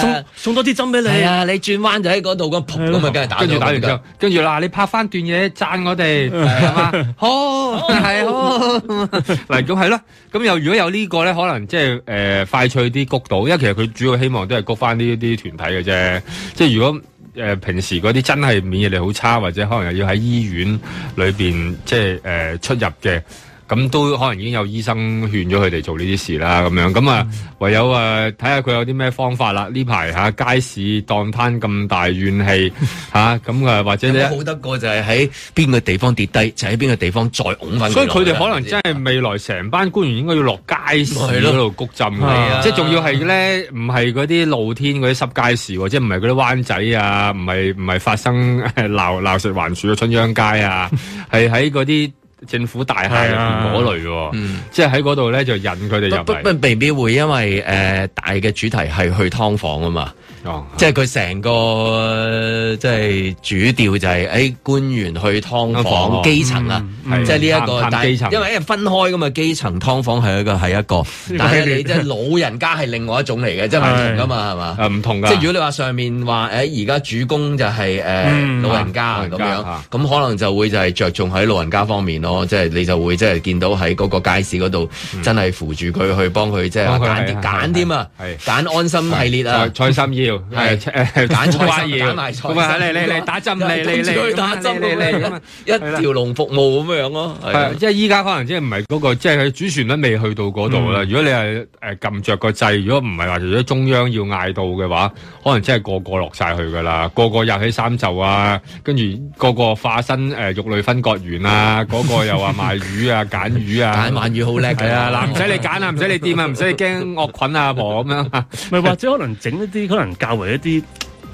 S4: 送送多啲針俾
S2: 係
S4: 你。
S2: 啊，你轉彎就喺嗰度個仆咁啊，梗係打
S3: 跟住打完之後，跟住嗱，你拍翻段嘢讚我哋係嘛？好係好 嗱，咁係咯。咁又如果有呢個咧，可能即係誒快脆啲谷到，因為其實佢主要希望都係谷翻呢啲團體嘅啫。即係如果誒、呃平時嗰啲真係免疫力好差，或者可能又要喺醫院裏邊即係誒、呃出入嘅。咁都可能已經有醫生勸咗佢哋做呢啲事啦，咁樣咁啊，唯有誒睇下佢有啲咩方法啦。呢排嚇街市檔攤咁大怨氣嚇，咁啊或者
S2: 有
S3: 你
S2: 冇好得過就係喺邊個地方跌低，就喺邊個地方再拱翻。
S3: 所以佢哋可能真係未來成班官員應該要落街市
S2: 係咯
S3: 嗰度谷針
S2: 啊
S3: 嘅，即係仲要係咧，唔係嗰啲露天嗰啲濕街市喎，即係唔係嗰啲灣仔啊，唔係唔係發生 鬧鬧食環署嘅春秧街啊，係喺嗰啲政府大廈入
S4: 係啊
S3: 邊嗰類喎，
S2: 嗯
S3: 即係喺嗰度咧就引佢哋入
S2: 不不
S3: 嚟。
S2: 不未必會，因為誒、呃大嘅主題係去劏房啊嘛，
S3: 哦
S2: 即係佢成個呃即係主調就係、誒、官員去劏
S3: 劏房
S2: 房
S3: 哦
S2: 基層啊，
S3: 嗯
S2: 即係呢一個
S3: 探探
S2: 但
S3: 基層
S2: 因為因為分開噶嘛，基層劏房係一個係一個，但係你即係老人家係另外一種嚟嘅，即係唔同噶嘛，係嘛？
S3: 誒唔同㗎，
S2: 即係如果你話上面話誒而家主攻就係、誒、
S4: 嗯
S2: 老人家
S3: 啊老人
S2: 咁
S3: 家
S2: 樣
S3: 啊，
S2: 咁可能就會就係着重喺老人家方面咯，即係你就會即係見到喺嗰個街市嗰度真係扶住佢去幫佢即係
S3: 幫佢
S2: 揀啲
S3: 係
S2: 揀添啊
S3: 係，
S2: 揀安心系列啊
S3: 菜。菜心要，
S2: 係
S3: 誒
S2: 揀菜心
S3: 葱花要，
S2: 揀埋菜
S3: 咁啊
S2: 心
S3: 嚟嚟嚟打針，嚟嚟
S2: 跟住
S3: 嚟
S2: 去打針
S3: 嚟嚟嚟咁啊
S2: 咁樣，一條龍服務咁樣咯。係啊
S3: 係，即係依家可能即係唔係嗰個，即係佢主旋律未去到嗰度啦。如果你係誒撳着個掣，如果唔係話除咗中央要嗌到嘅話，可能真係個個落晒去噶啦，個個又起衫袖啊，跟住個個化身誒肉類分割員啊，嗰個又話賣魚啊、揀魚啊
S2: 揀。鰻魚好叻
S3: 係
S2: 㗎
S3: 啊，嗱，唔使你揀啊，唔使你掂啊，唔使你驚惡菌啊，阿婆咁樣。
S4: 咪或者可能整一啲可能較為一啲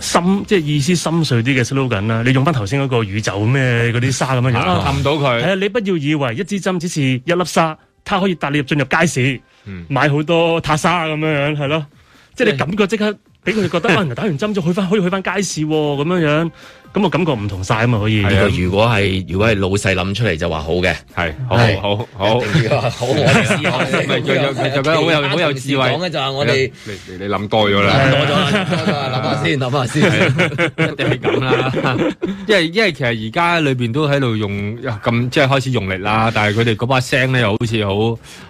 S4: 深即係意思深邃啲嘅 slogan 啦，你用翻頭先嗰個宇宙咩嗰啲沙咁樣樣啊，
S3: 氹到
S4: 係
S3: 佢，
S4: 啊，你不要以為一支針只是一粒沙，它可以帶你入進入街市
S3: 嗯
S4: 買好多塔沙咁樣樣，係咯，即係你感覺即刻俾佢哋覺 得啊，原來打完針就去翻可以去翻街市喎咁樣樣，咁我感覺唔同晒啊嘛，可以
S3: 係
S2: 呢
S3: 啊
S2: 個如果係如果係老細諗出嚟就話好嘅，
S3: 係
S2: 係
S3: 好好好。
S2: 好我哋試下
S3: 唔係佢佢佢就覺得好有好有智慧
S2: 講嘅就係我哋
S3: 你你你諗多咗 啦。
S2: 攞咗啦，攞咗啦諗下先，諗下先。
S3: 一啊定係咁啦， 因為因為其實而家裏邊都喺度用咁即係開始用力啦，但係佢哋嗰把聲咧又好似好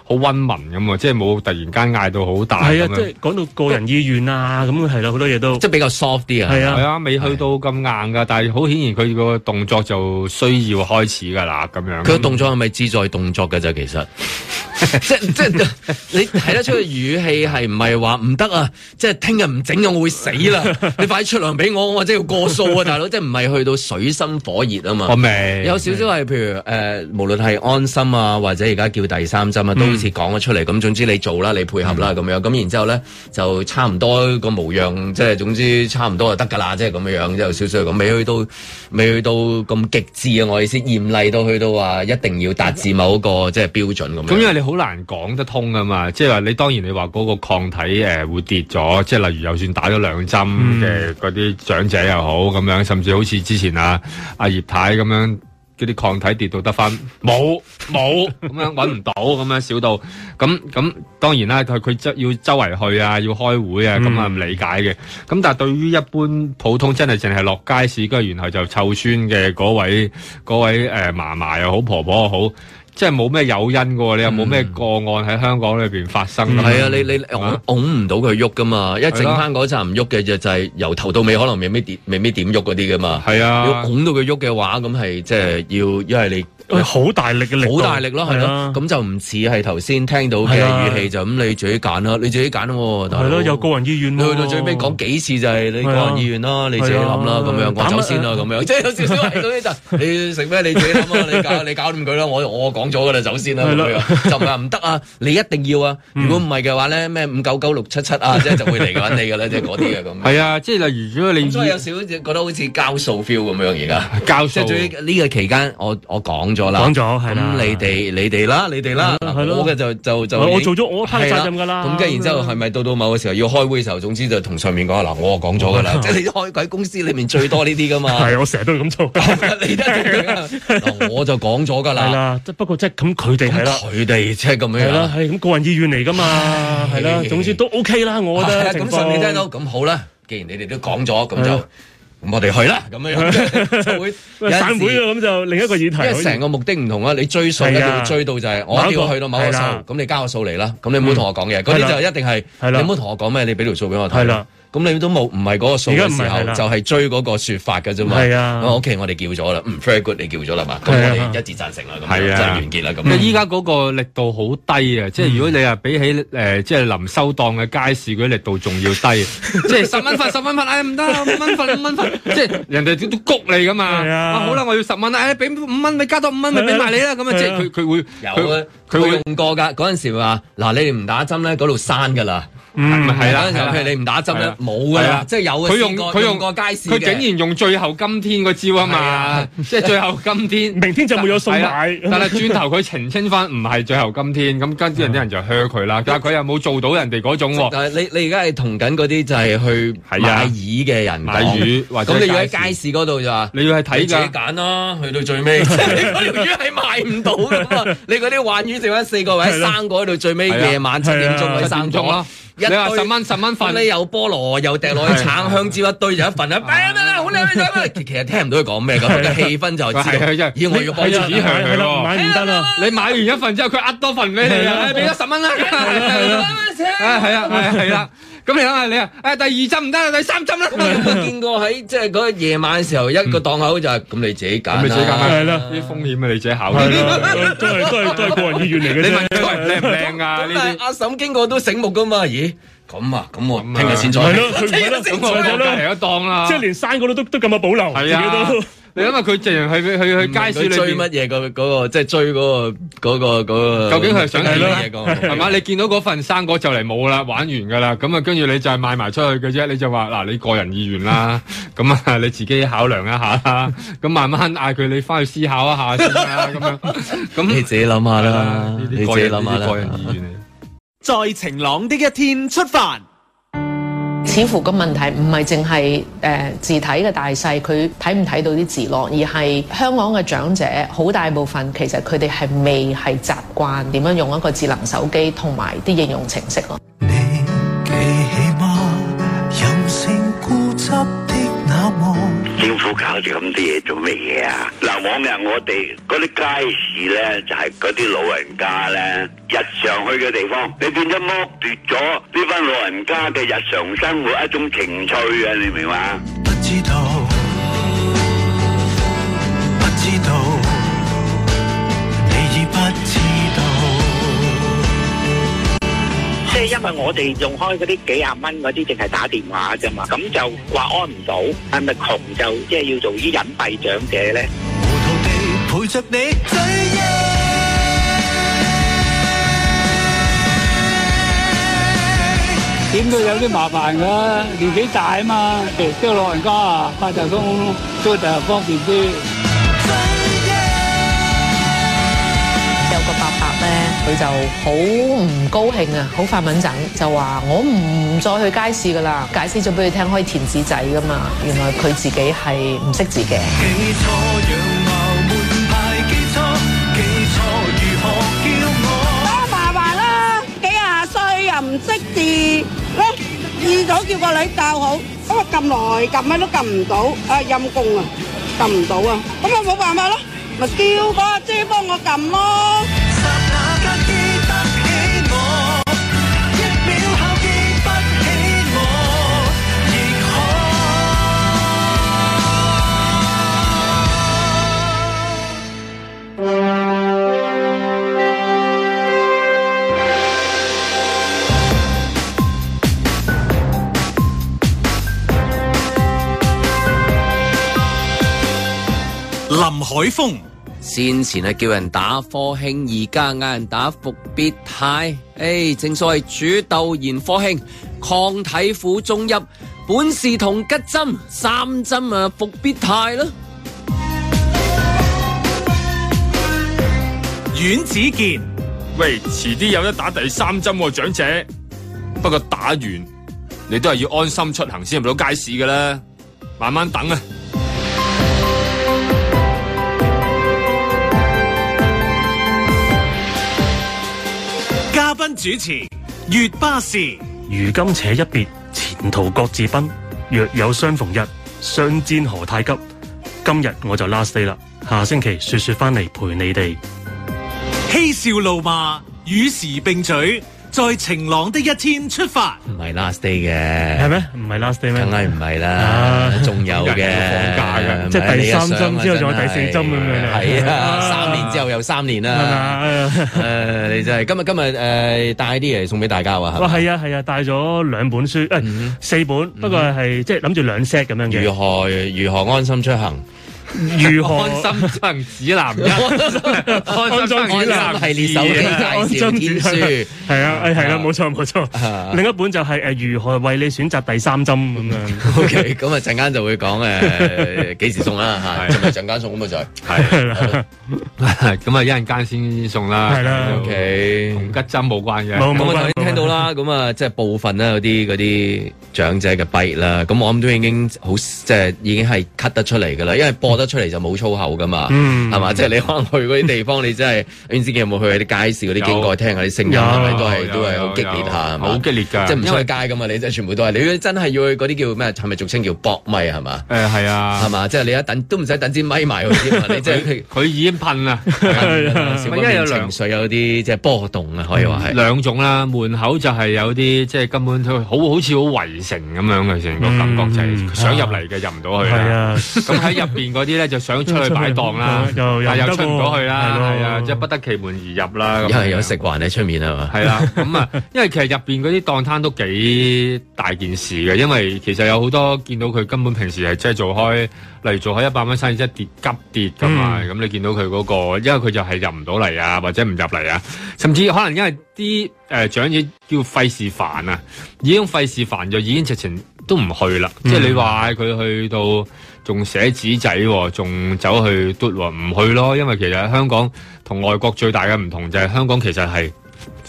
S3: 好温文咁喎，即係冇突然間嗌到好大咁
S4: 係啊，即
S3: 樣
S4: 係。講到個人意願啊，咁係啦，好多嘢都
S2: 即係比較 soft 啲啊。
S4: 係
S3: 係
S4: 啊，
S3: 啊，未去到咁硬噶，但係好顯然佢個動作就需要開始噶啦，咁樣。
S2: 佢個動作係咪志在動作嘅啫？其實， 即即你睇得出佢語氣係唔係話唔得啊？即係聽日唔整我會死啦！你快啲出糧俾我，我真係要過數啊，大佬！即係唔係去到水深火熱啊嘛？
S3: 我未
S2: 有少少係譬如誒、呃，無論係安心啊，或者而家叫第三
S3: 嗯
S2: 針啊，都好似講咗出嚟咁。總之你做啦，你配合啦咁樣，咁然之後咧就差唔多個模樣，即係總之差唔多就得㗎啦，即係咁樣樣，有少少係咁，未去到未去到咁極致啊！我意思嚴厲到去到話一定要達至某一個即係標準咁
S3: 嗯咁因為
S2: 樣。
S3: 你好難講得通噶嘛，即係話你當然你話嗰個抗體誒、呃、會跌咗，即係例如就算打咗兩針嘅嗰啲長者又好咁樣，甚至好似之前啊阿葉太咁樣。嗰啲抗體跌到得翻冇冇咁樣揾唔到咁樣少到咁咁當然啦，佢佢周要周圍去啊，要開會啊，咁啊唔理解嘅。咁但係對於一般普通真係淨係落街市，跟住然後就湊孫嘅嗰位嗰位誒、呃、嫲嫲又好，婆婆又好，即係冇咩誘因嘅喎，你又冇咩個案喺香港裏邊發生。
S2: 係啊，你你
S3: 啊
S2: 拱拱唔到佢喐噶嘛，一整
S3: 係啦
S2: 翻嗰陣唔喐嘅就就係由頭到尾可能未必點未必點喐嗰啲噶嘛。
S3: 係
S2: 要
S3: 啊，
S2: 拱到佢喐嘅話，咁係即係要，因為你
S4: 好大力嘅力度，
S2: 好大力咯，係
S4: 啊
S2: 咯，咁就唔似係頭先聽到嘅
S4: 係啊
S2: 語氣就咁，你自己揀啦，你自己揀喎，大佬
S4: 係咯，有個人意願
S2: 你
S4: 喎
S2: 去到最尾講幾次就係你個
S4: 係啊
S2: 人意願啦，你自己諗啦，
S4: 係啊
S2: 咁樣
S4: 膽
S2: 我走先啦，咁樣 即係有少少係 咁樣就你食咩你自己諗啦，你搞你搞掂佢啦，我我講咗噶啦，走先啦，
S4: 係
S2: 咁
S4: 咯
S2: 樣就唔係話唔得啊，你一定要啊，如果唔係嘅話咧，咩五九九六七七 啊，即係就會嚟揾你噶啦，即係嗰啲嘅咁。
S3: 係啊，即係例如如果你
S2: 咁所以有
S3: 以
S2: 少少覺得好似交數 feel 咁樣而家。
S3: 教
S2: 即
S3: 授
S2: 係最呢個期間，我我講咗啦，
S4: 講咗係啦
S2: 咁你哋你哋啦，你哋啦，
S4: 係咯
S2: 嗱我嘅就就就
S4: 我做咗我 part 責任㗎啦
S2: 係咁跟住然之後係咪到到某個時候要開會嘅時候，總之就同上面講嗱，我講咗 㗎啦，即係你開喺公司裏面最多呢啲㗎嘛。
S4: 係我啊成日都係咁做。
S2: 你都係咁樣嗱，我就講咗㗎
S4: 係
S2: 啦。
S4: 啦，即不過即係咁佢哋係
S2: 咁
S4: 啦，
S2: 佢哋即係咁
S4: 係
S2: 樣
S4: 啦
S2: 啦，。
S4: 係咁個人意願嚟噶嘛，係啦，總之都 OK 啦，我覺
S2: 係
S4: 得
S2: 啊
S4: 情
S2: 咁
S4: 況
S2: 上面聽到，咁好啦，既然你哋都講咗，咁
S4: 係
S2: 就
S4: 啊
S2: 咁我哋去啦，咁樣 樣 就會有
S4: 喂
S2: 陣時
S4: 散會啊，咁就另一個議題
S2: 因
S4: 可以。
S2: 為成個目的唔同啊，你追數咧，
S4: 係
S2: 你
S4: 啊
S2: 會追到就係我
S4: 某
S2: 一
S4: 一
S2: 定
S4: 個
S2: 要去到某個
S4: 係
S2: 數，
S4: 啦嗯
S2: 咁你交個數嚟啦，咁你唔好同我講嘢，嗰
S4: 係啦
S2: 啲就一定係
S4: 係
S2: 你
S4: 啦
S2: 唔好同我講咩，你俾條數俾我睇。
S4: 係啦，
S2: 咁你都冇唔係嗰個數
S4: 而家
S2: 嘅
S4: 唔係
S2: 時候
S4: 係，啦
S2: 就係追嗰個説法嘅啫嘛。
S4: 係啊
S2: 咁 OK，我哋叫咗啦，嗯，very good，你叫咗啦嘛，咁
S4: 係啊嗯
S2: 我哋一致贊成啦，咁
S3: 係
S2: 樣
S3: 啊
S2: 真係完結啦，咁
S3: 即係
S2: 樣。
S3: 依家嗰個力度好低啊！即係如果你話比起誒、呃即係臨收檔嘅街市嗰啲力度仲要低，啊即係十蚊份十蚊份，唉唔得，五蚊份五蚊份，即係人哋都谷你噶嘛。
S4: 係啊
S3: 好啦，我要十蚊啦，唉俾五蚊，咪加多五蚊，咪俾埋你啦。咁啊，即係佢佢會
S2: 有
S3: 佢
S2: 啊，
S3: 佢
S2: 佢
S3: 會
S2: 用過㗎。嗰陣時話嗱，你哋唔打針咧，嗰度刪㗎啦。
S3: 嗯係啦
S4: 啊
S2: 嗰陣時
S3: 係
S2: 候
S3: 啦
S2: 譬如你唔打針
S3: 係
S2: 咧
S3: 啦，
S2: 冇㗎
S3: 係
S2: 啦
S3: 啊，
S2: 即係有啊
S3: 佢用
S2: 試過
S3: 佢
S2: 用
S3: 用
S2: 過街市
S3: 佢
S2: 嘅
S3: 竟然用最後今天個招啊
S2: 係
S3: 嘛
S2: 啊，
S3: 即係最後今天。
S4: 明天就冇咗餸買。
S3: 但係轉頭佢澄清翻唔係最後今天，咁跟住人啲人就靴佢 啦。但係佢又冇做到人哋嗰種喎。
S2: 但係你你而家係同緊嗰啲就係去
S3: 係啊
S2: 買魚嘅人講
S3: 買魚或者
S2: 咁你要喺
S3: 街市
S2: 街市嗰度就話。
S3: 你要係
S2: 你
S3: 睇
S2: 自己
S3: 㗎。
S2: 揀啦，去到最尾， 你嗰條魚係賣唔到噶嘛？你嗰啲鯇魚剩翻四個或者生果喺度，最尾
S3: 係啊
S2: 夜晚七點鐘
S4: 係啊
S2: 嘅生
S3: 七點鐘
S2: 果
S3: 啦，
S2: 一
S3: 你話
S2: 堆
S3: 10蚊10蚊份
S2: 咁你又菠蘿又掟落去橙香蕉一堆就一份啦，
S3: 啊
S2: 哎呀得啦好靚好靚好靚其實聽唔到佢 講咩咁，個氣氛就知
S3: 係
S2: 道
S3: 係係，
S2: 咦我要幫
S3: 係
S2: 襯
S3: 啊 係啊
S4: 係啦，買唔得啦，
S3: 你買完一份之後，佢呃多份俾你啊，俾咗十蚊啦， 啊係啊係啊係啦，咁你諗下你啊，誒第二針唔得，第三針啦，
S2: 我見過喺即係嗰個夜晚嘅時候，一個檔口就係咁你自己揀啦，
S3: 咁你自己揀啦，
S4: 係啦
S3: 啲風險啊你自己考慮。
S4: 係 啦，都 係都係都係個人意願嚟嘅
S3: 你
S4: 啫。
S3: 問佢喂靚唔靚啊？呢
S2: 咁但
S3: 啲
S2: 係。阿嬸經過都醒目噶嘛？咦，咁啊，咁我
S3: 咁啊
S2: 聽日先再
S4: 係 咯，佢唔係
S2: 聽
S4: 咯
S2: 日先
S4: 佢
S2: 再
S4: 咪
S3: 我就
S4: 就係
S3: 隔
S4: 咯
S3: 離一檔啦，
S4: 即係連生果都都都咁有保留，
S3: 係啊
S4: 自己都。
S3: 你諗下佢直情去去去街市裏
S2: 追
S3: 邊
S2: 乜。嘢個嗰個，即係追嗰個嗰個嗰個，
S3: 究竟佢係想
S2: 追
S3: 點
S2: 乜嘢嗰個
S3: 係嘛？你見到嗰份生果就嚟冇啦，玩完噶啦，咁啊，跟住你就係賣埋出去嘅啫。你就話嗱，你個人意願啦， 咁啊，你自己考量一下啦，咁慢慢嗌佢你翻去思考一下先啦，咁樣
S2: 你
S3: 咁
S2: 自己諗下啦
S3: 啊呢，
S2: 你
S3: 啲
S2: 自
S3: 個
S2: 己
S3: 人呢
S2: 諗下
S3: 啲個
S2: 啦
S3: 人。意願嚟。
S5: 在晴朗的一天出發。
S9: 似乎個問題唔係淨係誒呃字體嘅大細，佢睇唔睇到啲字落，而係香港嘅長者好大部分其實佢哋係未係習慣點樣用一個智能手機同埋啲應用程式咯。
S10: 你記起嗎？任性固執的那幕，
S11: 政府搞住咁啲嘢做乜嘢啊？嗱，往日我哋嗰啲街市咧，就係嗰啲老人家咧日常去嘅地方，你變咗剝奪咗呢班老人家嘅日常生活一種情趣啊！你明嘛？
S10: 不知道，不知道，你已不知道。
S11: 即係因為我哋用開嗰啲幾廿蚊嗰啲，淨係打電話啫嘛，咁就話安唔到，係咪窮就即係要做啲隱蔽長者咧？
S10: 糊塗地陪着你追憶。
S11: 點都有啲麻煩㗎，年紀大啊嘛，譬如啲老人家啊，八達通都就方便啲。
S9: 有個伯伯咧，佢就好唔高興啊，好發敏陣，就話我唔再去街市噶啦，解釋咗俾佢聽可以填紙仔噶嘛，原來佢自己係唔識字嘅。
S10: 記錯樣貌門牌記錯，記錯如何叫我？
S7: 阿爸話啦，幾廿歲又唔識字，咧二早叫個女教好，咁啊撳來撳乜都撳唔到，啊陰公啊，撳唔到啊，咁啊冇辦法咯，咪叫個阿姐幫我撳咯。
S10: 剎那間記得起我，一秒後記不起我，亦可。
S1: 林海峰、
S2: 先前係叫人打科興，而家嗌人打復必泰。誒，正所謂煮豆燃科興，抗體苦中泣，本是同吉針，三針啊復必泰啦。
S1: 阮子健、
S3: 喂，遲啲有得打第三針喎，長者。不過打完你都係要安心出行先入到街市噶啦，慢慢等啊。
S1: 嘉賓主持月巴士。
S4: 如今且一別，前途各自奔。若有相逢日，相煎何太急？今日我就 last day 啦，下星期雪雪翻嚟陪你哋。
S1: 嬉笑怒罵，與時並舉，在晴朗的一天出發。
S2: 唔係 last day 嘅
S4: 係咩？唔係 last day
S2: 梗
S4: 咩？
S2: 係唔係啦
S4: 啊，
S2: 仲有嘅，
S3: 有人要放假㗎
S2: 唔係
S4: 即係第三針
S2: 你嘅想法
S4: 之後仲有
S2: 真係
S4: 第四針咁樣啊
S2: 係啊，
S4: 啊
S2: 三年之後又三年
S4: 係
S2: 啦。
S4: 嘛？
S2: 誒，你真係今日今日誒帶啲嘢送俾大家啊，係
S4: 哇，
S2: 嘛
S4: 係啊，係啊，帶咗兩本書，誒、四本，不過係即係諗住兩 set 咁樣
S2: 如
S4: 嘅。
S2: 何如何安心出 行？
S4: 如何？
S3: 安心出行指南一，安心出行指南
S2: 安
S3: 二
S2: 心系列手機介紹天書。
S4: 係啊，誒係啦，冇錯冇錯。另一本就係、誒、如何為你選擇第三針咁樣，
S2: O K，咁啊陣間就會講誒幾時送啦嚇，係咪陣間送咁啊
S4: 係啦，
S3: 咁啊一陣間先送啦。
S4: 係啦
S2: 就 O K。
S3: 同吉針冇關嘅。
S4: 冇
S2: 咁
S4: 冇
S2: 我頭
S4: 關
S2: 先
S4: 講啊
S2: 聽到啦，咁啊，即係部分啦，嗰啲嗰啲長者嘅跛啦，咁我諗都已經好，即係已經係 cut 得出嚟噶啦，因為播得出嚟就冇粗口噶嘛，
S10: 嗯
S2: 係嘛？即係你可能去嗰啲地方，你真係，你知有冇去啲街市嗰啲經過聽下啲聲音，
S3: 有
S2: 係咪都係
S3: 有
S2: 都係好激烈下，
S3: 有有好激烈㗎
S2: 即係唔出
S3: 因為
S2: 街噶嘛，你真係全部都係，你如果真係要去嗰啲叫咩？係咪俗稱叫搏咪係嘛？
S3: 誒係啊，
S2: 係嘛？即係你一等都唔使等支咪埋去添啊，你即係
S3: 佢已經噴啦，
S2: 小
S3: 嗯因為有
S2: 有
S3: 兩嗯
S2: 情緒有啲即係波動啊，可以話係。
S3: 兩種啦，門口就係有啲即係根本都好好似好圍城咁樣嘅成個感覺就係佢想入嚟嘅入唔到去啦。
S4: 係啊
S3: 咁喺入邊嗰啲咧就想出去擺檔啦，
S4: 又又唔
S3: 但又
S4: 得
S3: 出唔到去啦，
S4: 喎係咯
S3: 係啊，即係不得其門而入啦。咁
S2: 因為有
S3: 樣
S2: 食環喺出面啊嘛。
S3: 係啦，咁啊，因為其實入邊嗰啲檔攤都幾大件事嘅，因為其實有好多見到佢根本平時係即係做開，例如做開一百蚊生意，即係跌急跌噶嘛，咁、你見到佢嗰、個，因為佢就係入唔到嚟啊，或者唔入嚟啊，甚至可能因為啲誒、呃、長者叫費事煩啊，已經費事煩就已經直情都唔去啦，即係你話佢去到。仲寫紙仔喎，仲走去嘟喎，唔去咯，因為其實香港同外國最大嘅唔同就係香港其實係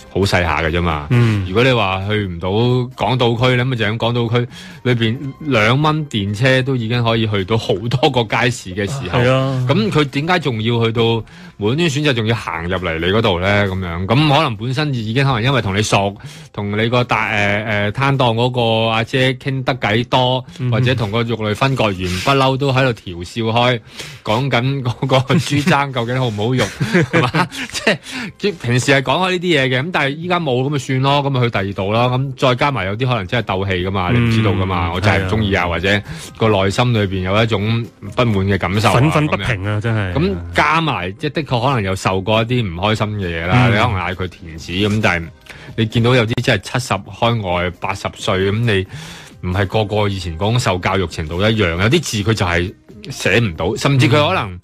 S3: 好細下嘅啫嘛。
S10: 嗯
S3: 如果你話去唔到港島區咧，咁咪啊就咁港島區裏邊兩蚊電車都已經可以去到好多個街市嘅時候，
S4: 係啊
S3: 咁佢點解仲要去到無端端選擇仲要行入嚟你嗰度咧？咁樣咁可能本身已經可能因為同你熟，同你個大呃誒誒攤檔嗰個阿姐傾得偈多，
S4: 嗯
S3: 或者同個肉類分割員不嬲都喺度調笑開，講緊嗰 個豬踭究竟好唔好肉，係嘛？即係平時係講開呢啲嘢嘅，咁但係依家冇咁咪算咯，咁咪去第二度啦。咁再加埋有啲可能真係鬥氣噶嘛，你唔知道噶嘛，
S4: 嗯
S3: 我真係唔中意啊，或者個內心裏邊有一種不滿嘅感受啊，
S4: 憤憤不
S3: 咁樣
S4: 平啊，真係。
S3: 咁加埋即係的確可能有受過一啲唔開心嘅嘢啦，
S4: 嗯
S3: 你可能嗌佢填紙咁，但係你見到有啲真係七十開外八十歲咁，你唔係個個以前講受教育程度一樣，有啲字佢就係寫唔到，甚至佢可能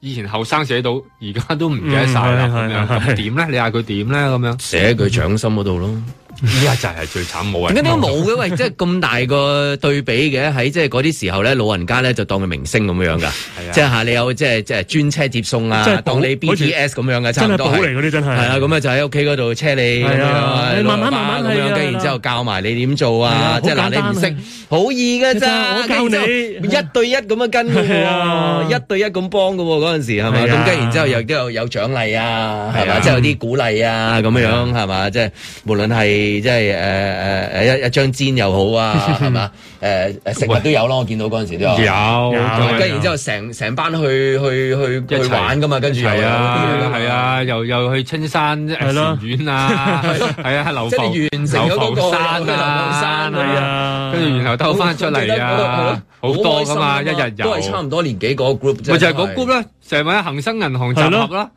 S3: 以前後生寫到，而家都唔記得晒啦咁
S2: 嗯係
S3: 樣，
S2: 係
S3: 咁點咧？你嗌佢點咧？咁 樣
S2: 寫佢掌心嗰度咯，
S3: 依家就係最慘冇人。
S2: 點解都冇嘅？喂，即 係咁大個對比嘅，喺即係嗰啲時候咧，老人家咧就當佢明星咁樣噶，即係下你有即係即係專車接送
S4: 啊即
S2: 啊
S4: 係，寶
S2: 當你
S4: 好似
S2: BTS 咁樣嘅，差
S4: 真
S2: 唔
S4: 係
S2: 多
S4: 寶嚟嗰啲真係
S2: 係啊，咁啊就喺屋企嗰度車你咁
S4: 係啊
S2: 樣，
S4: 你慢慢
S2: 老人家
S4: 慢慢
S2: 咁
S4: 係
S2: 樣，
S4: 啊
S2: 跟然之後教埋你點做啊，即
S4: 係啊
S2: 係嗱
S4: 好簡單
S2: 你唔識
S4: 啊
S2: 好易嘅咋，
S4: 我教你
S2: 跟然之後一對一咁樣跟 㗎
S4: 係啊
S2: 喎，一對一咁幫㗎喎嗰陣時係咪？
S4: 係啊
S2: 咁跟然之後又都有有獎勵啊，係
S4: 係
S2: 嘛？
S4: 啊
S2: 即係有啲鼓勵啊咁樣係嘛？即係無論係即係誒誒誒一一張氈又好 啊，係嘛？誒誒食物都有咯，我見到嗰陣時都有。
S4: 啊
S3: 有
S2: 咁啊
S3: 有
S2: 跟然之後成成班去去去去玩㗎嘛，跟住又
S3: 係
S2: 有嗰啲㗎
S3: 啊
S2: 嘛
S3: 係啊，又又去青山
S2: 係咯
S3: 禪院 啊，係啊，流
S2: 即係
S3: 浮
S2: 你完成咗嗰個
S3: 流浮山啊，
S2: 流浮山啊
S3: 跟住然後兜翻出嚟啊，好多噶嘛，一日遊
S2: 都係差唔多年紀嗰個 group 啫。
S3: 咪就係嗰 group 啦，成位恒生銀行集合啦，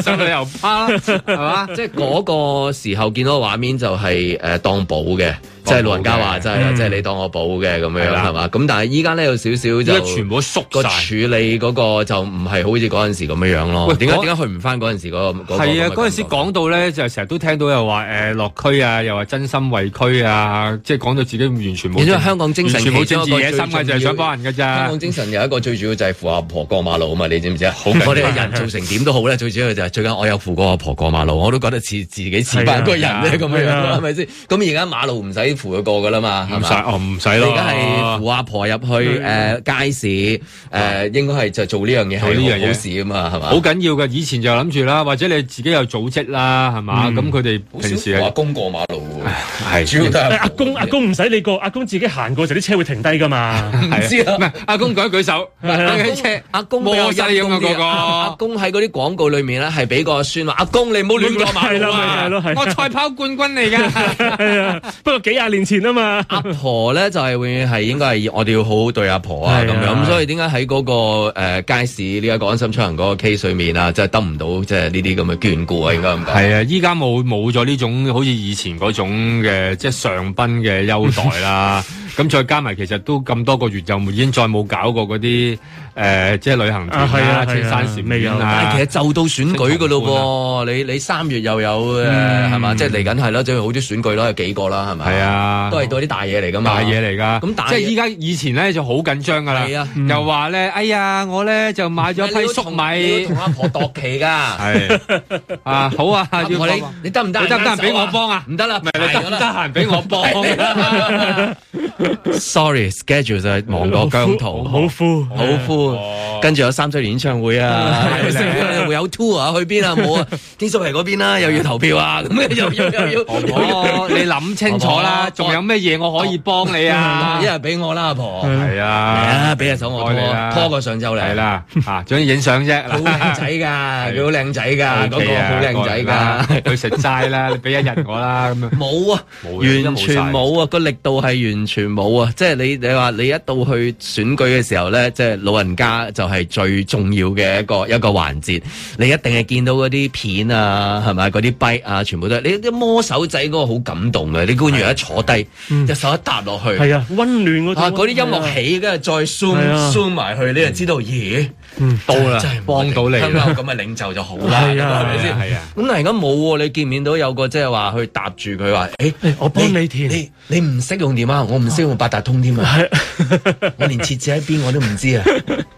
S3: 上旅遊巴啦，係嘛，
S2: 即係嗰個時候見到個畫面就係誒當寶嘅，即係老人家話齋啦，
S3: 嗯
S2: 即係你當我寶嘅咁樣
S3: 係啦
S2: 係嘛？咁但係依家咧有少少
S3: 家
S2: 就
S3: 全部縮
S2: 個
S3: 晒
S2: 處理嗰個就唔係好似嗰陣時咁樣樣咯。
S3: 喂
S2: 點解
S3: 嗰
S2: 點解去唔翻嗰陣時嗰個？
S3: 係啊，嗰陣
S2: 時
S3: 時講到咧，就成日都聽到又話誒落區啊，又話真心為區啊，即係講到自己完全冇
S2: 因為
S3: 政，
S2: 香港精神
S3: 完全冇政治
S2: 其中一
S3: 野
S2: 個
S3: 心啊，就
S2: 最重要
S3: 係想幫人㗎咋。
S2: 香港精神有一個最主要就係扶阿婆過馬路啊嘛，你知唔知啊？
S3: 緊要
S2: 我哋嘅人做成點都好咧，最主要就係最近我有扶過阿婆過馬路，我都覺得似自己似翻個人咧咁樣
S3: 係
S2: 樣，
S3: 啊
S2: 啊係咪先？咁而家馬路唔使扶佢過噶啦嘛，係
S3: 唔
S2: 嘛
S3: 使哦唔使咯
S2: 你而家係扶阿婆入去誒街市誒，應該係就啊做呢樣嘢
S3: 做呢樣
S2: 係
S3: 嘢
S2: 好事啊嘛，係嘛？
S3: 好緊要嘅，以前就諗住啦，或者你自己有組織啦，係
S2: 嗯
S3: 嘛？咁佢哋平時係
S2: 阿公過馬路
S3: 喎， 係啊
S2: 主要都係
S4: 阿公阿公唔使你過，阿公自己行過就啲車會停低 噶嘛。
S2: 唔知啊
S3: 唔係阿公舉一舉 手，等佢車
S2: 阿公比較
S3: 摩西
S2: 陰
S3: 咁
S2: 公
S3: 啊
S2: 啲
S3: 個
S2: 啊阿
S3: 個。
S2: 公喺嗰啲廣告裏面咧，係俾個孫話：阿公你唔好亂過馬路啊！
S4: 係咯係咯係咯
S3: 我賽跑冠軍嚟 㗎，
S4: 係啊，不過幾廿年前啊嘛。
S2: 阿婆咧就係永遠係應該係我哋要好好對阿婆啊
S4: 係
S2: 咁
S4: 啊
S2: 樣，咁所以點解喺嗰個呃街市呢一個安心出行嗰個 case 裏面啊，即係得唔到即係呢啲咁嘅眷顧啊，應該咁講。
S3: 係啊，依家 冇冇咗呢種好似以前嗰種嘅即係上賓嘅優待啦，咁再加埋其實都咁多個月就冇已經再冇搞過嗰啲誒，即係旅行團
S2: 啊係啊
S3: 啦、
S2: 係啊
S3: 青山禪
S2: 未
S3: 院
S2: 有
S3: 啊。
S2: 但係其實就到選舉噶咯噃，你你三月又有誒
S3: 嗯
S2: 係嘛？即係嚟緊係咯，即係好多選舉啦，有幾個啦係咪？
S3: 係啊
S2: 都係到啲大嘢嚟噶嘛。
S3: 大嘢嚟噶，
S2: 咁大
S3: 即係
S2: 嘢
S3: 依家以前咧就好緊張噶啦
S2: 係啊，
S3: 又話咧，哎呀，我咧就買咗批粟
S2: 你要
S3: 米
S2: 同，阿婆度期㗎。
S3: 係啊，好啊，
S2: 阿
S3: 要
S2: 婆你
S3: 幫
S2: 你得唔得？
S3: 你得唔得俾我幫啊？
S2: 唔得啦，
S3: 唔係你得唔得 閒俾我幫
S2: 係啦 Sorry，schedule 就係亡國疆土，好
S4: 敷，
S2: 好敷。跟住有三周年演唱會啊，係咪先會有 tour 啊，去邊啊？冇啊，天水圍嗰邊啦，又要投票啊，咁又要又要。
S3: 哦，你諗清楚啦，仲有咩嘢我可以幫你啊？
S2: 一日俾我啦，阿婆。
S3: 係啊，
S2: 嚟啊，俾隻手我
S3: 愛你啦
S2: 拖，拖個上晝嚟。
S3: 係啦，啊，仲要影相啫，
S2: 好 靚仔㗎，佢好靚仔㗎，嗰
S3: OK
S2: 個
S3: 啊
S2: 好靚仔
S3: 過
S2: 㗎。
S3: 嚟啦佢食齋啦，你俾一日我啦，咁樣
S2: 冇啊，完全冇啊，個力度係完全冇啊！即係你你話你一到去選舉嘅時候咧，即係老人家就係最重要嘅一個一個環節。你一定係見到嗰啲片啊，係咪嗰啲跛啊，全部都係你啲摸手仔嗰個好感動嘅，啲官員一坐低，隻手一搭落去，
S4: 係啊，温暖嗰種
S2: 啊嗰啲音樂起，跟住再 zoom
S4: 係啊
S2: zoom 埋去，你就知道，咦，
S3: 到啦
S2: 真係，
S3: 幫到你
S2: 香
S3: 啦
S2: 港有咁嘅領袖就好啦，
S4: 係啊
S2: 係咪先？
S3: 係啊。
S2: 咁但係而家冇喎，你見唔見到有個即係話去搭住佢話，誒、
S4: 我幫你填
S2: 你你唔識用電話，我唔識用八達通添啊！ 我連設置喺邊我都唔知啊，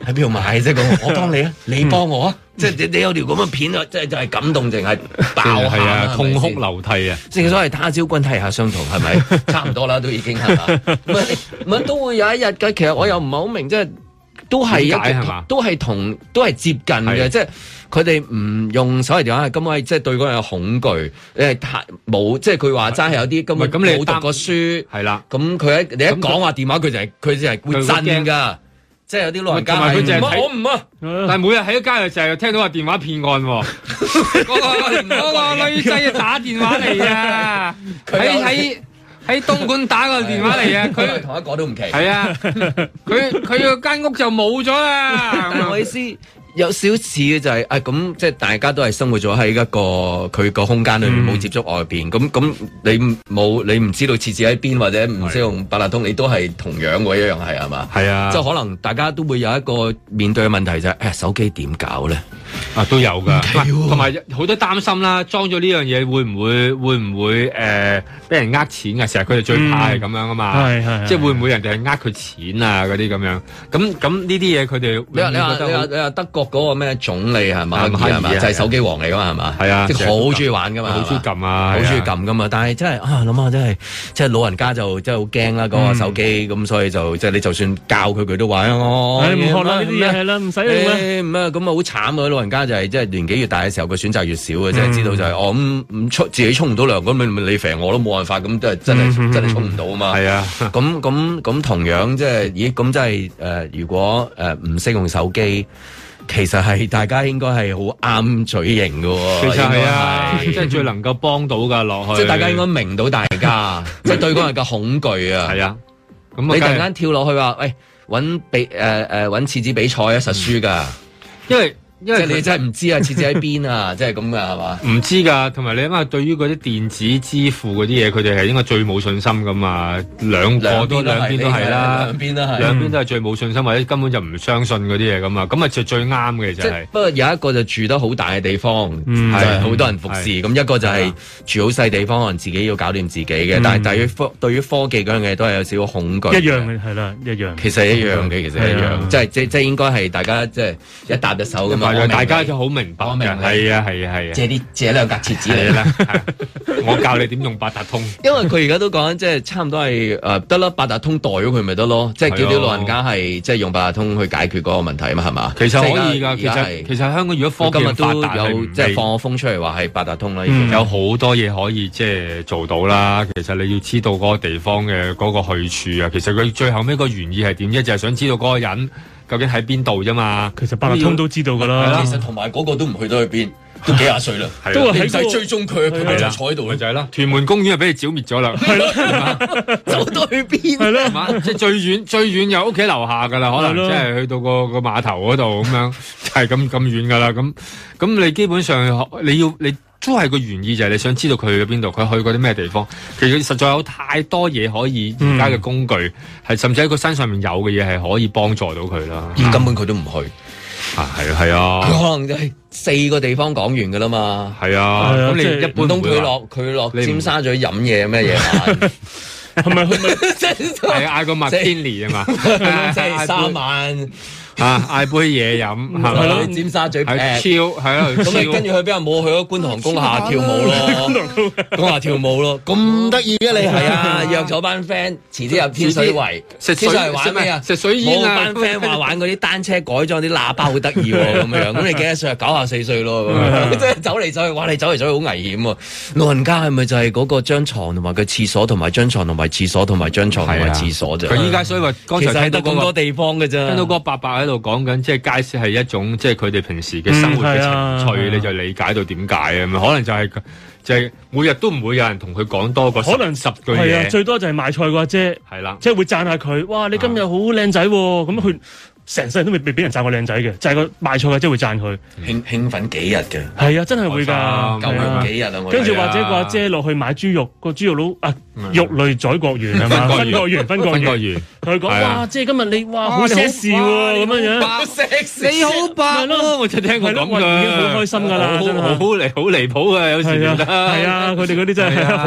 S2: 喺邊度買啫？咁我幫你啊，你幫我啊！即係你你有條咁嘅片啊，即係就係感動，淨係爆
S3: 係
S2: 喊
S3: 啊
S2: 啦，
S3: 痛哭
S2: 係咪先
S3: 流涕啊！
S2: 正所謂他朝君體下相同，係咪？差唔多啦，都已經係嘛？唔係唔係啊都會有一日嘅。其實我又唔係好明，即係都係一
S3: 點解係
S2: 個
S3: 嘛
S2: 都係同都係接近嘅，
S3: 係
S2: 即係佢哋唔用手提電話，根本係即係對嗰樣有恐懼。你係太冇，即係佢話齋係有啲根
S3: 唔
S2: 本
S3: 係咁你
S2: 冇讀過書，
S3: 係啦。
S2: 咁佢一你一
S3: 咁佢
S2: 講話電話，佢就係佢就係會震
S3: 佢會
S2: 㗎。即係有啲老人家
S3: 同埋佢
S2: 係
S3: 淨係
S2: 唔啊
S3: 睇
S2: 我唔啊，
S3: 但係每日喺街度成日聽到話電話騙案喎，嗰個嗰 個女仔啊打電話嚟啊，
S2: 佢
S3: 喺
S2: 有
S3: 喺喺東莞打個電話嚟 啊，佢
S2: 同一個都唔奇。
S3: 係啊，佢佢間屋就冇咗啦。
S2: 但係我意思有少似嘅就係、啊，咁即係大家都係生活咗喺一個佢個空間裏面，冇、接觸外邊。咁咁你冇你唔知道設置喺邊，或者唔識用八達通，你都係同樣嘅一樣係係嘛？
S3: 係啊
S2: 即係可能大家都會有一個面對嘅問題就係、誒手機點搞咧？
S3: 啊都有噶，同埋好多擔心啦，裝咗呢樣嘢會唔會會唔會誒俾人呃錢嘅？成日佢哋最怕係咁樣啊嘛，
S4: 係係係
S3: 即係會唔會人哋係呃佢錢啊嗰啲咁樣？咁咁呢啲嘢佢哋
S2: 你話你話
S3: 覺
S2: 你
S3: 得
S2: 話
S3: 好
S2: 你話德國嗰個咩總理係嘛？
S3: 啊默克爾
S2: 係嘛？
S3: 啊
S2: 就係手機王嚟噶嘛係嘛？
S3: 係啊
S2: 即係好中意玩噶嘛，
S3: 好中意
S2: 係
S3: 撳
S2: 嘛
S3: 啊，
S2: 好
S3: 係啊
S2: 中意撳噶嘛，但係真係啊諗下真係，即係老人家就真係好驚啦，嗰、個手機咁，所以就即係你就算教佢，佢都話哎我
S4: 唉唔學啦呢啲嘢係啦唔使用啦
S2: 誒唔啊咁啊好慘啊！老人家就係即係年紀越大嘅時候，個選擇越少嘅，即係知道就係哦咁唔出自己衝唔到涼，咁咪咪你肥我都冇辦法，咁都係真係真係衝唔到啊嘛。
S3: 係啊。
S2: 咁咁咁同樣即係，咦咁真係誒、呃如果誒唔識用手機，其實係大家應該係好啱嘴型嘅喎。
S3: 其實係啊，
S2: 應
S3: 即
S2: 該係
S3: 係最能夠幫到噶落去。
S2: 即係大家應該哦明到大 家，即係對嗰人嘅恐懼啊。
S3: 係啊，咁啊
S2: 你突然
S3: 梗係
S2: 間跳落去話，喂揾比誒誒揾廁紙比賽啊，實輸㗎。
S3: 因為因
S2: 即係
S3: 為
S2: 你真係唔知啊，廁紙喺邊 啊，即係咁㗎係嘛？
S3: 唔知㗎，同埋你因為對於嗰啲電子支付嗰啲嘢，佢哋係應該最冇信心㗎嘛。兩個都兩邊都係啦
S2: 兩，邊都係。
S3: 兩邊都係最冇信心，或者根本就唔相信嗰啲嘢咁啊。咁啊就最啱嘅就
S2: 即
S3: 係
S2: 係。不過有一個就住得好大嘅地方，
S4: 嗯
S2: 就係
S3: 係
S2: 好多人服侍；
S3: 係
S2: 咁一個就
S3: 係
S2: 係嗯
S3: 啊
S2: 住好細地方，可能自己要搞掂自己嘅。但係對於科對於科技嗰樣嘢都係有少少恐懼。
S4: 一樣，嘅係啦，一樣。
S2: 其實一樣嘅，其實一
S4: 係
S2: 樣，
S4: 啊
S2: 即係即即應該係大家即係一搭隻手咁
S3: 咁啊
S2: 樣，
S3: 大家就好明白
S2: 我明
S3: 嘅，
S2: 你
S3: 係啊，係啊，係啊，
S2: 借啲借兩格廁紙
S3: 係
S2: 嚟啦。
S3: 啦，係我教你點用八達通，
S2: 因為佢而家都講緊，即係差唔多係誒得啦，八達通代咗佢咪得咯，即係叫啲老人家係即係用八達通去解決嗰個問題啊嘛，係嘛？
S3: 啊其實可以
S2: 即係而
S3: 㗎。其
S2: 家而家係
S3: 實其實香港如果
S2: 佢
S3: 科技
S2: 今日
S3: 發達
S2: 都有
S3: 係
S2: 即係
S3: 未嗯
S2: 放個風出嚟話係八達通啦，已經
S3: 有好多嘢可以即係做到啦。其實你要知道嗰個地方嘅嗰個去處啊。其實佢最後尾個原意係點啫？就係、想知道嗰個人究竟喺邊度啫嘛。
S4: 其實八達通都知道㗎啦
S2: 其，實同埋嗰個都唔去到去邊，都幾 廿歲啦，
S3: 係
S4: 都
S3: 啦
S2: 你
S4: 係
S2: 唔
S4: 喺
S2: 使
S4: 個
S2: 追蹤佢，佢
S3: 係
S2: 就
S3: 啦
S2: 坐喺度
S3: 咪
S2: 嘅
S3: 就係啦。屯門公園就俾你剿滅 咗啦，
S2: 走到去邊？
S4: 係
S3: 係
S4: 啦，
S3: 嘛？ 即係最遠最遠有屋企樓下㗎啦，可
S4: 係咯
S3: 能即係去到個個 碼頭嗰度咁樣，就係咁咁遠㗎啦。咁咁你基本上你要你都係個原意就係你想知道佢去咗邊度，佢去過啲咩地方。其實實在有太多嘢可以
S2: 嗯
S3: 而家嘅工具係、甚至喺佢身上面有嘅嘢係可以幫助到佢啦。
S2: 根本佢都唔去。
S3: 啊，係啊，係啊。
S2: 佢可能就嗯係四個地方講完噶啦嘛。
S3: 係啊係啊咁你即係一般
S2: 唔通
S3: 唔會
S2: 佢
S3: 話
S2: 落佢落
S3: 你唔
S2: 尖沙咀飲嘢啊咩 嘢晚？
S4: 係咪佢咪
S3: 係嗌 個麥天尼啊嘛，
S2: 即 係三晚
S3: 啊嗌杯嘢飲，係咪
S2: 咯？尖沙咀劈
S3: 係超係啊，
S2: 咁你跟住去邊啊？冇去咗觀塘工廈跳舞咯，工廈跳舞咯，咁得意嘅你係啊！約咗班 friend，遲啲入天水圍，
S3: 食水
S2: 天水圍玩咩啊？
S3: 食水煙啊
S2: 冇班 friend 話玩嗰啲單車改裝啲喇叭好得意喎，咁 樣咁你幾多歲啊？九啊四歲咯，咁樣即係走嚟走去，哇！你走嚟走去好危險喎。老人家係咪就係嗰個張床同埋個廁所同埋張床同埋廁所同埋張床同埋廁所啫？
S3: 啊佢依家所以話剛
S2: 其實
S3: 才聽
S2: 係
S3: 到
S2: 得
S3: 嗰
S2: 咁
S3: 個
S2: 多啊地方嘅啫。
S3: 聽到嗰個伯伯喺度講緊，即係街市係一種即係佢哋平時嘅生活嘅
S2: 嗯係啊
S3: 情
S2: 係
S3: 趣，
S2: 啊
S3: 你就理解到點解啊？咁可能就係佢就係每日都唔會有人同佢講多過十
S4: 可能
S3: 十句
S4: 係啊，
S3: 嘢，
S4: 最多就係賣菜個阿姐，
S3: 係啦，
S4: 即係會讚下佢，哇！你今日好靚仔喎，咁佢成世人都未未俾人讚過靚仔嘅，就係個賣菜個阿姐會讚佢。
S2: 興興奮幾日嘅，
S4: 係啊，真係會㗎，
S2: 夠
S4: 係啊
S2: 佢幾日啊！我哋
S4: 跟住或者個阿姐落去買豬肉，個豬肉佬啊，肉類宰割員係嘛？
S3: 分
S4: 分
S3: 割
S4: 割
S3: 員
S4: 員，分割
S3: 分割
S4: 員
S3: 員，
S4: 佢講
S3: 係啊
S4: 哇，即係今日你哇
S3: 哇
S4: 好
S3: 你好
S4: sexy 喎咁樣樣。
S2: 樣
S3: 你好白咯，我就聽過
S4: 係咯
S3: 咁
S4: 哇
S3: 㗎，
S4: 已經好開心㗎啦
S3: 好
S4: 真係
S3: 好離好離譜啊！有時
S4: 係啊，
S3: 覺得
S4: 係啊，佢哋嗰啲真
S3: 係
S4: 係
S3: 啊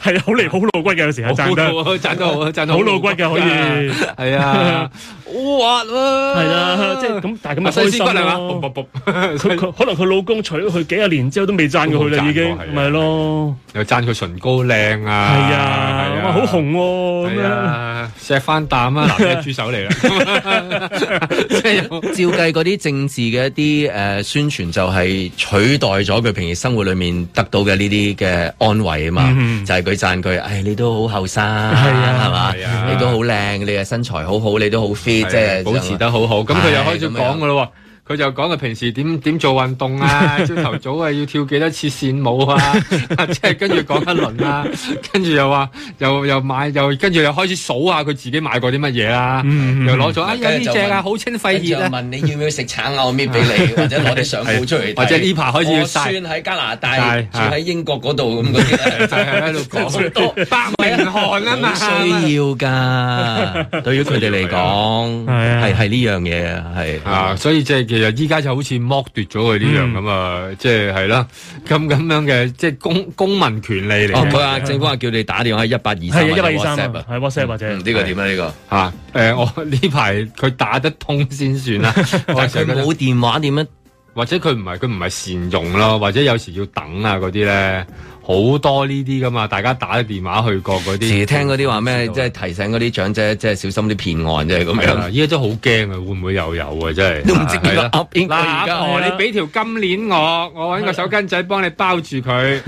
S4: 好係啊好離好露骨嘅，有時係賺
S3: 好好
S4: 得
S3: 賺得好，賺得
S4: 好露骨嘅可以
S3: 係啊，好滑啦，
S4: 係啊，即係咁，但係咁
S3: 阿
S4: 啊
S3: 西
S4: 開
S3: 施骨
S4: 心
S3: 係 嘛
S4: 咯。
S3: 卜卜卜
S4: 佢佢可能佢老公娶咗佢幾廿年之後都未讚過佢啦，已
S3: 都
S4: 經
S3: 冇讚過係啊
S4: 咪咯，
S3: 又讚佢唇膏靚啊，
S4: 係啊，哇好紅喎咁
S3: 係
S4: 樣，
S3: 啊，錫翻啖 啊，嗱，隻豬手 嚟啦，即係有
S2: 照計嗰啲政治嘅一啲誒、呃宣傳就係取代咗佢平時生活裏面得到嘅呢啲嘅安慰啊嘛，
S4: 嗯
S2: 就係佢讚佢，唉、你都好 後生，係
S4: 啊
S2: 嘛
S3: 係啊，
S2: 你都好靚，你嘅身材好好，你都好 fit，即係
S3: 保持得好好，咁佢又開始講噶
S2: 啦，
S3: 咯喎，佢就講佢平時點點做運 動啊，朝頭早啊要跳幾多次線舞啊，即係跟住講一輪啦，跟住又話又又買又跟住又開始數下佢自己買過啲乜嘢啦，
S4: 嗯
S3: 又攞咗啊有呢隻
S2: 跟住就
S3: 啊
S2: 問
S3: 好清肺
S2: 跟住就
S3: 熱啊，
S2: 問哎你要唔要食橙牛搣俾 你，或者攞啲相簿出嚟睇，
S3: 或者呢排開始要
S2: 我
S3: 晒
S2: 孫喺加拿大，
S3: 晒
S2: 住喺英國嗰度咁嗰啲啊 呢
S3: 就係啊喺度 講
S2: 多
S3: 百名汗啊嘛，
S2: 需 要噶，對於佢哋嚟講，
S4: 係啊
S2: 係係呢樣嘢啊，係
S3: 啊，所以即係其實依家就好似剝奪咗佢呢
S2: 嗯
S3: 樣咁啊，即係係啦， 咁咁樣嘅即係公公民權利嚟
S2: 哦，
S3: 嘅。
S2: 佢話政府話叫你打電話一八二
S4: 係啊
S2: 三，
S4: 一百二三
S2: WhatsApp
S4: 啊
S2: 啊，
S4: 係 WhatsApp 或者
S2: 嗯呢個點啊？呢個
S3: 啊，誒、我 呢排佢打得通先算 啦，
S2: 但係佢冇電話點樣？
S3: 或者佢唔係佢唔係善用咯，或者有時要等啊嗰啲咧，好多呢啲噶嘛，大家打電話去過嗰啲，
S2: 時聽嗰啲話咩？即係提醒嗰啲長者，即係小心啲騙案，即係咁
S3: 係啦，
S2: 樣。
S3: 依家真係好驚啊，會唔會又有啊？真係
S2: 都唔知邊
S3: 係
S2: 個
S3: 啦
S2: up 應該
S3: 嗱，阿
S2: 而家
S3: 婆，
S4: 係啊
S3: 你俾條金鏈 我，我揾個手巾仔幫你包住佢，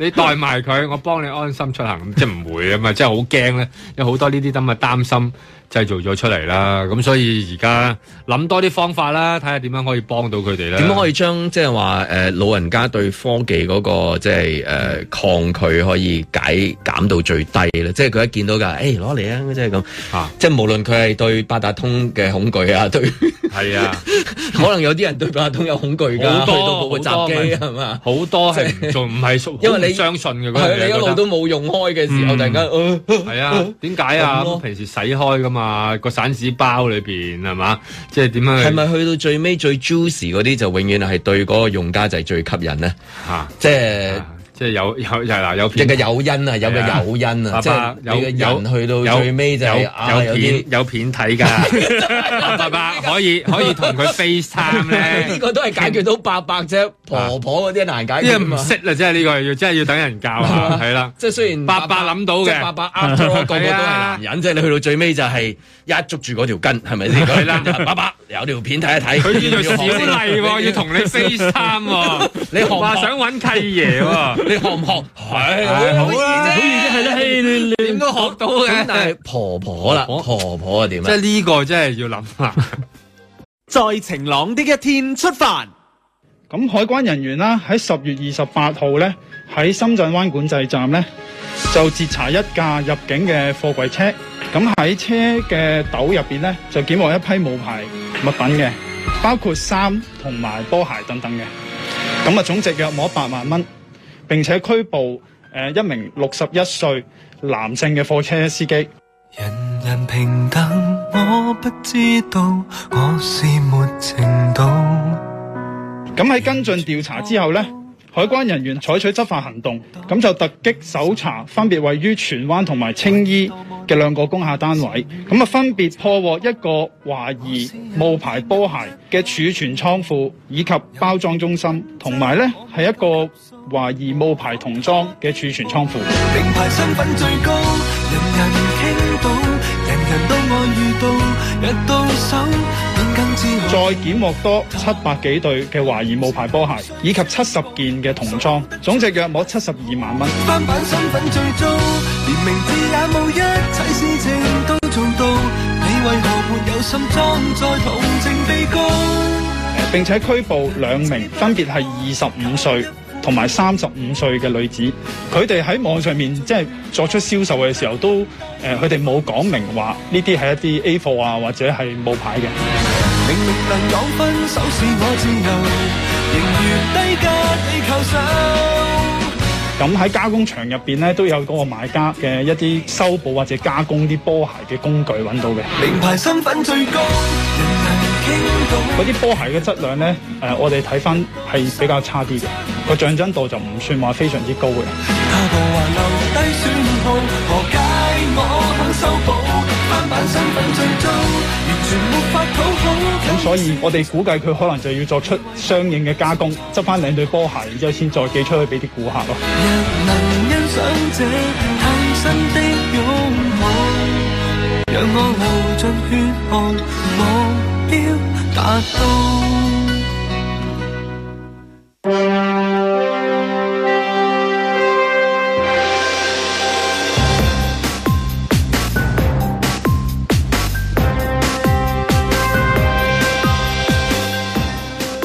S3: 你袋埋佢，我幫你安心出行，即係唔會啊嘛，即係好驚咧，有好多呢啲咁嘅擔心製造咗出嚟啦。咁所以而家諗多啲方法啦，睇下點樣可以幫到佢哋啦。
S2: 點可
S3: 以？
S2: 以將即係話誒老人家對科技嗰個即係誒抗拒可以解減到最低咧？即係佢一見到㗎，誒攞嚟啊！即係咁
S3: 啊，
S2: 即係無論佢係對八達通嘅恐懼啊， 對。
S3: 係啊，
S2: 可能有啲人對八達通有恐懼㗎，
S3: 好多
S2: 去
S3: 好
S2: 到嗰個
S3: 多
S2: 閘機係嘛？
S3: 好多係唔做，唔係
S2: 因為你
S3: 好唔相信嘅嗰樣嘢
S2: 係啊你一
S3: 覺
S2: 路
S3: 得
S2: 都冇用開嘅時候，
S4: 嗯
S2: 突然間，呃
S3: 係啊，點解啊？
S2: 咁
S3: 咁
S2: 咯
S3: 平時洗開噶嘛，個散紙包裏邊係嘛，即係點樣去？
S2: 係咪去到最尾最 juicy 嗰啲就永遠係對嗰個用家就係最吸引咧？
S3: 嚇？
S2: 即係
S3: 啊即係有有有嗱有
S2: 一
S3: 片
S2: 個誘因啊，有個
S3: 係啊
S2: 誘因啊，
S3: 爸
S2: 即係
S3: 爸
S2: 你
S3: 有
S2: 嘅
S3: 有
S2: 人去
S3: 有
S2: 到最尾就係
S3: 有
S2: 啊
S3: 有
S2: 有啲
S3: 片。有片睇 㗎，爸爸可以可以同佢 FaceTime
S2: 呢
S3: 咧。
S2: 個都係解決到伯伯啫，婆婆嗰啲難解
S3: 啊因為
S2: 決啊
S3: 唔
S2: 嘛。
S3: 識啦，真係呢個要真係要等人教下，係啦。
S2: 即係啊雖然
S3: 伯伯諗到嘅啊
S2: 即係伯伯 啱咗，個個都係男人，即係你去到最尾就係一捉住嗰條筋，係咪先？
S3: 啦
S2: 伯伯有條片睇一睇，
S3: 佢呢度
S2: 要
S3: 小
S2: 學先
S3: 麗喎，要同你 FaceTime 喎，
S2: 啊你學唔
S3: 話
S2: 學
S3: 想揾契爺喎。
S2: 你學唔學？係啊
S3: 係好啦
S2: 易啫
S3: 好易
S4: 係啦，嘿你你
S3: 點都學到嘅
S2: 咁但係婆婆啦，
S3: 婆
S2: 婆婆啊點
S3: 即係
S2: 啊？
S3: 呢個真係要諗啊下。
S1: 在晴朗的一天出發。
S12: 咁海關人員啦，喺十月二十八號呢，喺深圳灣管制站呢，就截查一架入境嘅貨櫃車。咁喺車嘅斗入邊呢，就檢獲一批無牌物品嘅，包括衫同埋波鞋等等嘅。咁啊，總值約摸八萬蚊。並且拘捕誒、呃一名六十一歲男性嘅貨車司機。
S10: 人平等，我不知道我是沒程度。
S12: 咁喺跟進調查之後呢，海關人員採取執法行動，咁就突擊搜查分別位於荃灣同埋青衣嘅兩個工廈單位，咁啊分別破獲一個懷疑冒牌波鞋嘅儲存倉庫以及包裝中心，同埋呢係一個懷疑冒牌童裝嘅儲存倉庫。
S10: 名牌身份最高，人人傾倒，人人都愛遇到，一到手更更自豪。
S12: 再檢獲多七百幾對嘅懷疑冒牌波鞋，以及七十件嘅童裝，總值約摸七十二萬蚊。
S10: 翻版身份最糟，連名字也冇，一切事情都做到，你為何沒有心裝再同情被告？
S12: 並呃且拘捕兩名分別係二十五歲同埋三十五歲嘅女子，佢哋喺網上面即係作出銷售嘅時候都誒，呃佢哋冇講明話呢啲係一啲 A 貨啊或者係冒牌嘅。
S10: 明明能講分手是我自由，仍如低價地扣
S12: 咁
S10: 手。
S12: 喺加工場入邊咧都有嗰個買家嘅一啲修補或者加工啲波鞋嘅工具揾到嘅。
S10: 名牌身份最高，人人傾倒。
S12: 嗰啲波鞋嘅質量咧，誒、我哋睇翻係比較差啲嘅，個象真度就唔算話非常之高嘅。
S10: 他步還留低損耗，何解我肯修補？翻版身份最糟，完全沒法討好。
S12: 咁所以我哋估計佢可能就要作出相應嘅加工，執翻兩對波鞋，然之後先再寄出去俾啲顧客咯。
S10: 能欣賞這替身的擁抱，讓我流盡血汗，目標達到。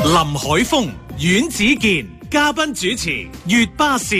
S1: 林海峰、阮子健嘉賓主持，粵巴士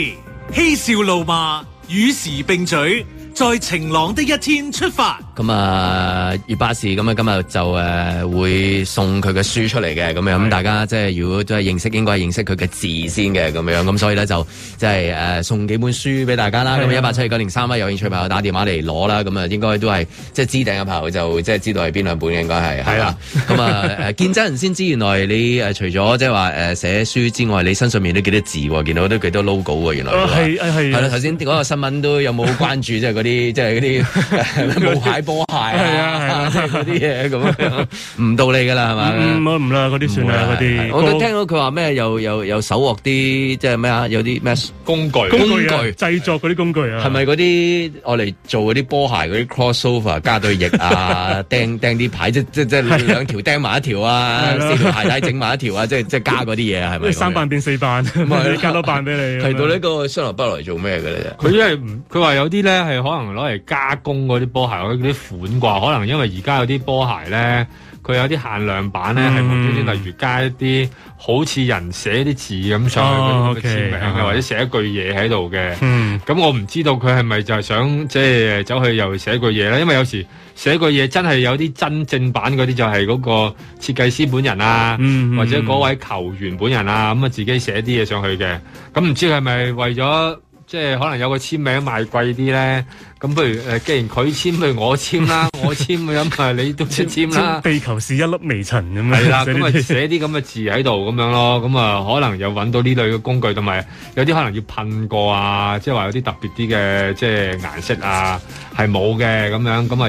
S1: 嬉笑怒罵，與時並舉，在晴朗的一天出發。
S2: 咁啊，月巴士咁啊，今日就誒會送佢嘅書出嚟嘅，咁樣咁大家即係如果都係認識，應該係認識佢嘅字先嘅，咁樣咁所以咧就即係誒送幾本書俾大家啦。咁一八七二九零三啊啦，有興趣朋友打電話嚟攞啦。咁啊，應該都係即係知定嘅朋友就即係知道係邊兩本嘅，應該係係啦。咁啊 誒見真人先知，原來你誒除咗即係話誒寫書之外，你身上面都幾多字喎？見到都幾多 logo 喎，原來
S4: 啊係啊係啊
S2: 係啦。頭先嗰個新聞都有冇關 注即係嗰啲即係嗰啲冇牌波鞋
S4: 係啊係
S2: 啊，
S4: 啊
S2: 即係嗰啲嘢咁樣，唔到你噶啦係啊
S4: 唔
S2: 嘛？
S4: 好唔啦，嗯啊嗰啲算啦，嗰啲
S2: 啊我都聽到佢話咩，又又又手獲啲即係咩啊？有啲咩
S3: 工具
S4: 工具啊
S2: 工具
S4: 製作嗰啲工具啊，
S2: 係咪嗰啲我嚟做嗰啲波鞋嗰啲 crossover 加對翼 啊，釘釘啲牌即即即兩條釘埋一條啊，
S4: 係咯
S2: 四條鞋帶整埋一條啊，即係即係加嗰啲嘢啊係咪咁樣？
S4: 三瓣變四瓣，
S2: 係
S4: 你加多瓣俾你。
S2: 提到呢個雙流不來做咩嘅咧？
S3: 佢因為唔，佢話有啲咧係可能攞嚟加工嗰啲波鞋嗰啲款啩，可能因為而家有啲波鞋咧，佢有啲限量版
S4: 嗯
S3: 咧係無端端例如加一啲好似人寫啲字咁上
S4: 哦
S3: 去嗰啲簽名
S4: ，OK，
S3: 啊或者寫一句嘢喺度嘅。
S4: 嗯
S3: 咁我唔知道佢係咪就係想即係走去又寫句嘢咧，因為有時寫句嘢真係有啲真正版嗰啲就係嗰個設計師本人啊，
S4: 嗯嗯
S3: 或者嗰位球員本人啊，咁啊自己寫啲嘢上去嘅。咁唔知佢係咪為咗即係可能有個簽名賣貴啲咧？咁不如誒、呃既然佢簽，不如我簽啦，我簽咁啊，你都簽啦。
S4: 地球是一粒微塵咁樣。
S3: 係 啦，
S4: 寫呢
S3: 咁啊
S4: 啲
S3: 寫啲咁嘅字喺度咁樣咯，咁啊可能又揾到呢類嘅工具，同埋有啲可能要噴過啊，即係話有啲特別啲嘅即係顏色啊，係冇嘅咁樣，咁啊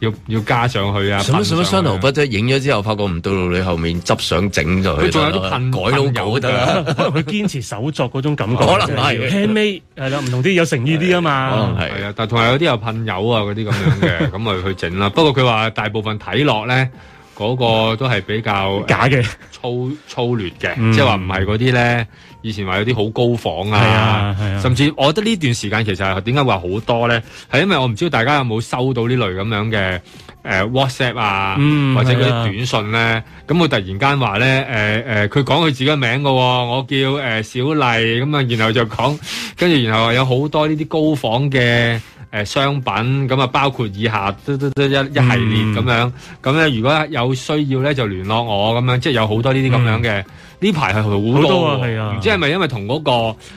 S3: 要要要加上去啊。
S2: 使乜使乜
S3: 噴上
S2: 雙
S3: 去
S2: 頭筆啫？影咗之後，發覺唔到路，你後面執相整咗
S3: 佢仲有啲
S2: 得啦
S3: 噴
S2: 改
S3: 噴油
S2: logo 都得啦。
S4: 可能佢堅持手作嗰種感覺，
S2: 可能係
S4: handmade 係啦，唔同啲有誠意啲啊
S2: 哦
S4: 嘛。
S3: 係啊，但同埋有啲又噴油啊嗰啲咁樣 嘅，咁咪去整啦。不過佢話大部分睇落咧，嗰、個都係比較
S4: 嗯
S3: 呃
S4: 假嘅，
S3: 粗粗劣嘅，
S4: 嗯
S3: 即係話唔係嗰啲咧。以前話有啲好高仿
S4: 係啊係啊
S3: 甚至我覺得呢段時間其實係點解話好多咧？係因為我唔知道大家有冇收到呢類咁樣嘅誒、呃 WhatsApp 啊，
S4: 嗯
S3: 或者嗰
S4: 係啊
S3: 啲短信咧，咁佢突然間話咧誒誒，佢講佢自己嘅名嘅喎，我叫誒、呃小麗咁啊，然後就講，跟住然後有好多呢啲高仿嘅。誒商品咁啊，包括以下都都都一一系列咁樣，咁咧如果有需要咧就聯絡我咁樣，即係有好多呢啲咁樣嘅呢排係好
S4: 好
S3: 多
S4: 多啊
S3: 喎，
S4: 係啊
S3: 唔知係咪因為同嗰、個，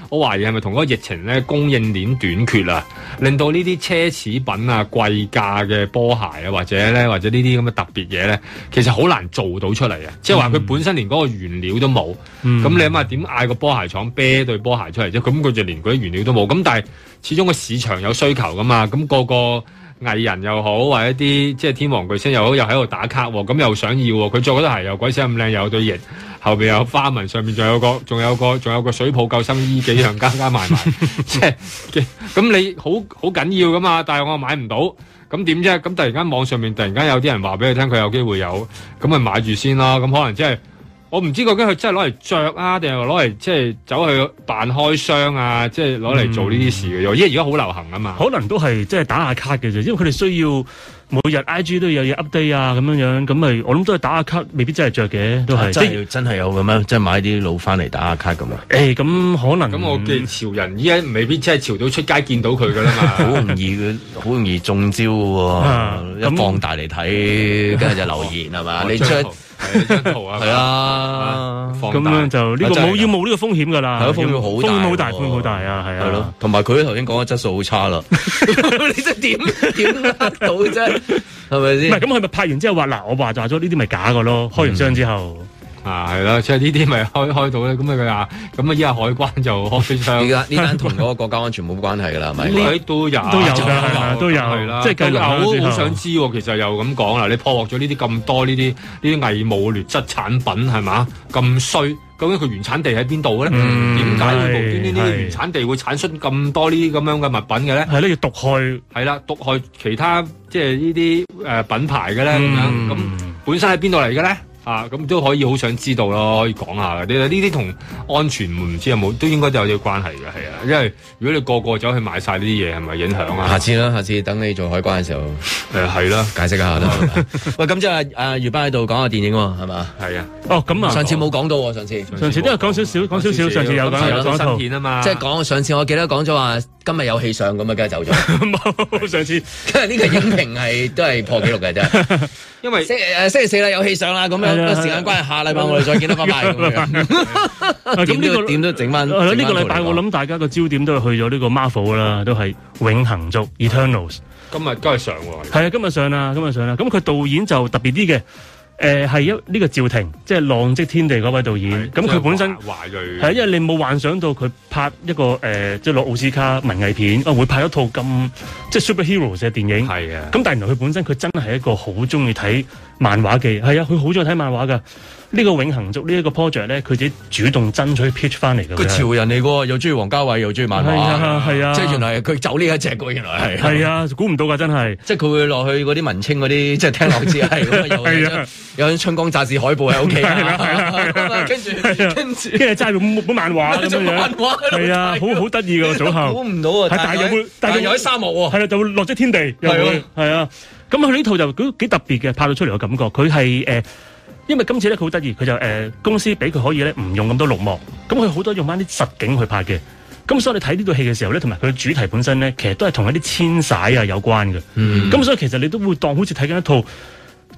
S3: 我懷疑係咪同嗰個疫情咧供應鏈短缺啊，令到呢啲奢侈品啊、貴價嘅波鞋啊，或者咧或者呢啲咁嘅特別嘢咧，其實好難做到出嚟啊！即係話佢本身連嗰個原料都冇，咁、
S4: 嗯
S3: 你諗下點嗌個波鞋廠啤對波鞋出嚟啫？咁佢就連嗰啲原料都冇，咁但係始終個市場有需求噶嘛，咁、個個。藝人又好，或者啲即係天王巨星又好，又喺度打卡喎，咁又想要喎，佢着嗰對鞋又鬼死咁靚，又有對翼，後邊又有花紋，上面仲有個，仲有個，仲有個水泡救生衣，幾樣加加埋埋，即係嘅咁你好好緊要噶嘛，但係我買唔到，咁點啫？咁突然間網上面突然間有啲人話俾你聽，佢有機會有，咁咪買住先啦，咁可能即係。我唔知究竟佢真係攞嚟着啊，定係攞嚟即係走去扮開箱啊，即係攞嚟做呢啲事嘅啫。因為而家好流行啊嘛。
S4: 可能都係即係打下卡嘅啫，因為佢哋需要每日 I G 都有嘢 update 啊，咁樣樣咁咪我諗都係打下卡，未必真係着嘅，都
S2: 啊
S4: 係
S2: 真係要真係有咁樣，即係買啲佬翻嚟打下卡咁 啊！
S4: 誒咁可能
S3: 咁我嘅潮人依家未必真係潮到出街見到佢噶啦嘛，
S2: 好容易嘅，好容易中招
S3: 啊
S2: 嘅喎，
S3: 咁
S2: 一放大嚟睇，跟住就留言 係嘛？
S3: 我
S2: 你出
S3: 張圖啊係
S2: 啊，
S4: 啊咁樣就呢個冇要冇呢個風險㗎啦，
S2: 係咯啊風險好
S4: 風險
S2: 大
S4: 好大，
S2: 喎
S4: 風險好大啊，係
S2: 係
S4: 啊
S2: 咯。，同埋佢頭先講嘅質素好差 啦， 你真係點點呃到啫？係咪
S4: 唔係咁，佢咪拍完之後話嗱，我話咗呢啲咪假嘅咯，
S2: 嗯
S4: 開完箱之後。
S3: 啊，係啦，即係呢啲咪開 開到咧，咁咪佢話，咁啊依家海關就開槍。
S2: 而家呢單同嗰個國家安全冇關係㗎啦，係咪？
S3: 呢都有
S4: 都有㗎係啊都有
S3: 係啦，
S4: 即係計
S3: 都有
S4: 落去之後
S3: 好想知喎。其實又咁講啦，你破獲咗呢啲咁多呢啲呢啲偽冒劣質產品係嘛？咁衰，究竟佢原產地喺邊度嘅咧？
S4: 嗯
S3: 點解會無端端呢
S4: 係
S3: 啲原產地會產生咁多呢啲咁樣嘅物品嘅咧？
S4: 係咧，要毒害
S3: 係啦，毒害其他即係呢啲誒品牌嘅咧咁樣，咁本身喺邊度嚟嘅咧？啊，咁都可以好想知道咯，可以講下嘅。你呢啲同安全唔知有冇都應該都有啲關係嘅，係啊。因為如果你個個走去買晒呢啲嘢，係咪影響啊？
S2: 下次啦，下次等你做海關嘅時候，
S3: 誒係啦，
S2: 解釋一 下啦。 喂，咁即係阿月班喺度講下電影喎，係嘛？
S3: 係啊。
S4: 哦，咁啊，
S2: 上次冇講到喎，上次。
S4: 上次都有講少少，講少少，上次有講有講一套
S3: 啊
S2: 即係講上次我記得講咗話今日有戲上咁啊，梗係走咗。
S4: 冇上次，
S2: 跟住呢個影評係都係破紀錄 嘅啫。
S3: 因為
S2: 星期誒星期四啦有戲上啦，咁
S4: 係啊
S2: 樣時間關係，下禮拜我哋再見啦，拜拜 咁樣。
S4: 啊咁呢
S2: 啊點
S4: 個
S2: 都點都整翻。
S4: 係咯，呃呢個禮
S2: 整
S4: 拜
S2: 翻套嚟
S4: 我諗大家個焦點都係去咗呢個 Marvel 㗎啦，都係永恆族 Eternals。
S3: 今日都係上喎。
S4: 係啊，今日上啦，今日上啦。咁佢導演就特別啲嘅，誒、呃係一呢、個趙婷，即係《浪跡天地》嗰位導演。咁佢本身
S3: 即係華華裔
S4: 係啊因為你冇幻想到佢拍一個誒、呃即係攞奧斯卡文藝片，啊會拍一套咁即係 superhero 嘅電影。
S3: 係啊。
S4: 咁但係原來佢本身佢真係一個好中意睇漫畫嘅，係啊，佢好中意睇漫畫㗎。呢、個永恆族呢一個 project 咧，佢自己主動爭取 pitch 翻嚟嘅。
S2: 佢潮人嚟嘅喎，又中意王家衞，又中意漫畫，
S4: 啊係啊係啊
S2: 即係原來佢走呢一隻嘅喎，原來係。
S4: 係啊，估唔到㗎，真係。
S2: 即係佢會落去嗰啲文青嗰啲， 即係聽落知係咁啊，有
S4: 係啊
S2: 有張有張春光乍泄海報喺屋企
S4: 係啦係 啦
S2: 啊，
S4: 係啦
S2: 跟住跟 住
S4: 跟住揸住本漫 畫咁
S2: 揸
S4: 樣
S2: 住漫
S4: 樣，
S2: 畫喺度
S4: 係啊，好好得意嘅個組合，
S2: 估唔到啊
S4: 係但係又會，
S2: 但係又喺
S4: 沙
S2: 漠
S4: 喎，係啦，就會落咗天地，又
S2: 係
S4: 會
S2: 啊
S4: 係啊。咁佢呢套就都幾特別嘅，拍到出嚟嘅感覺，佢係誒。因為今次咧佢好得意，佢就誒、呃公司俾佢可以咧唔用咁多綠幕，咁佢好多用翻啲實景去拍嘅。咁所以你睇呢套戲嘅時候咧，同埋佢主題本身咧，其實都係同一啲遷徙啊有關嘅。咁、
S2: 嗯
S4: 所以其實你都會當好似睇緊一套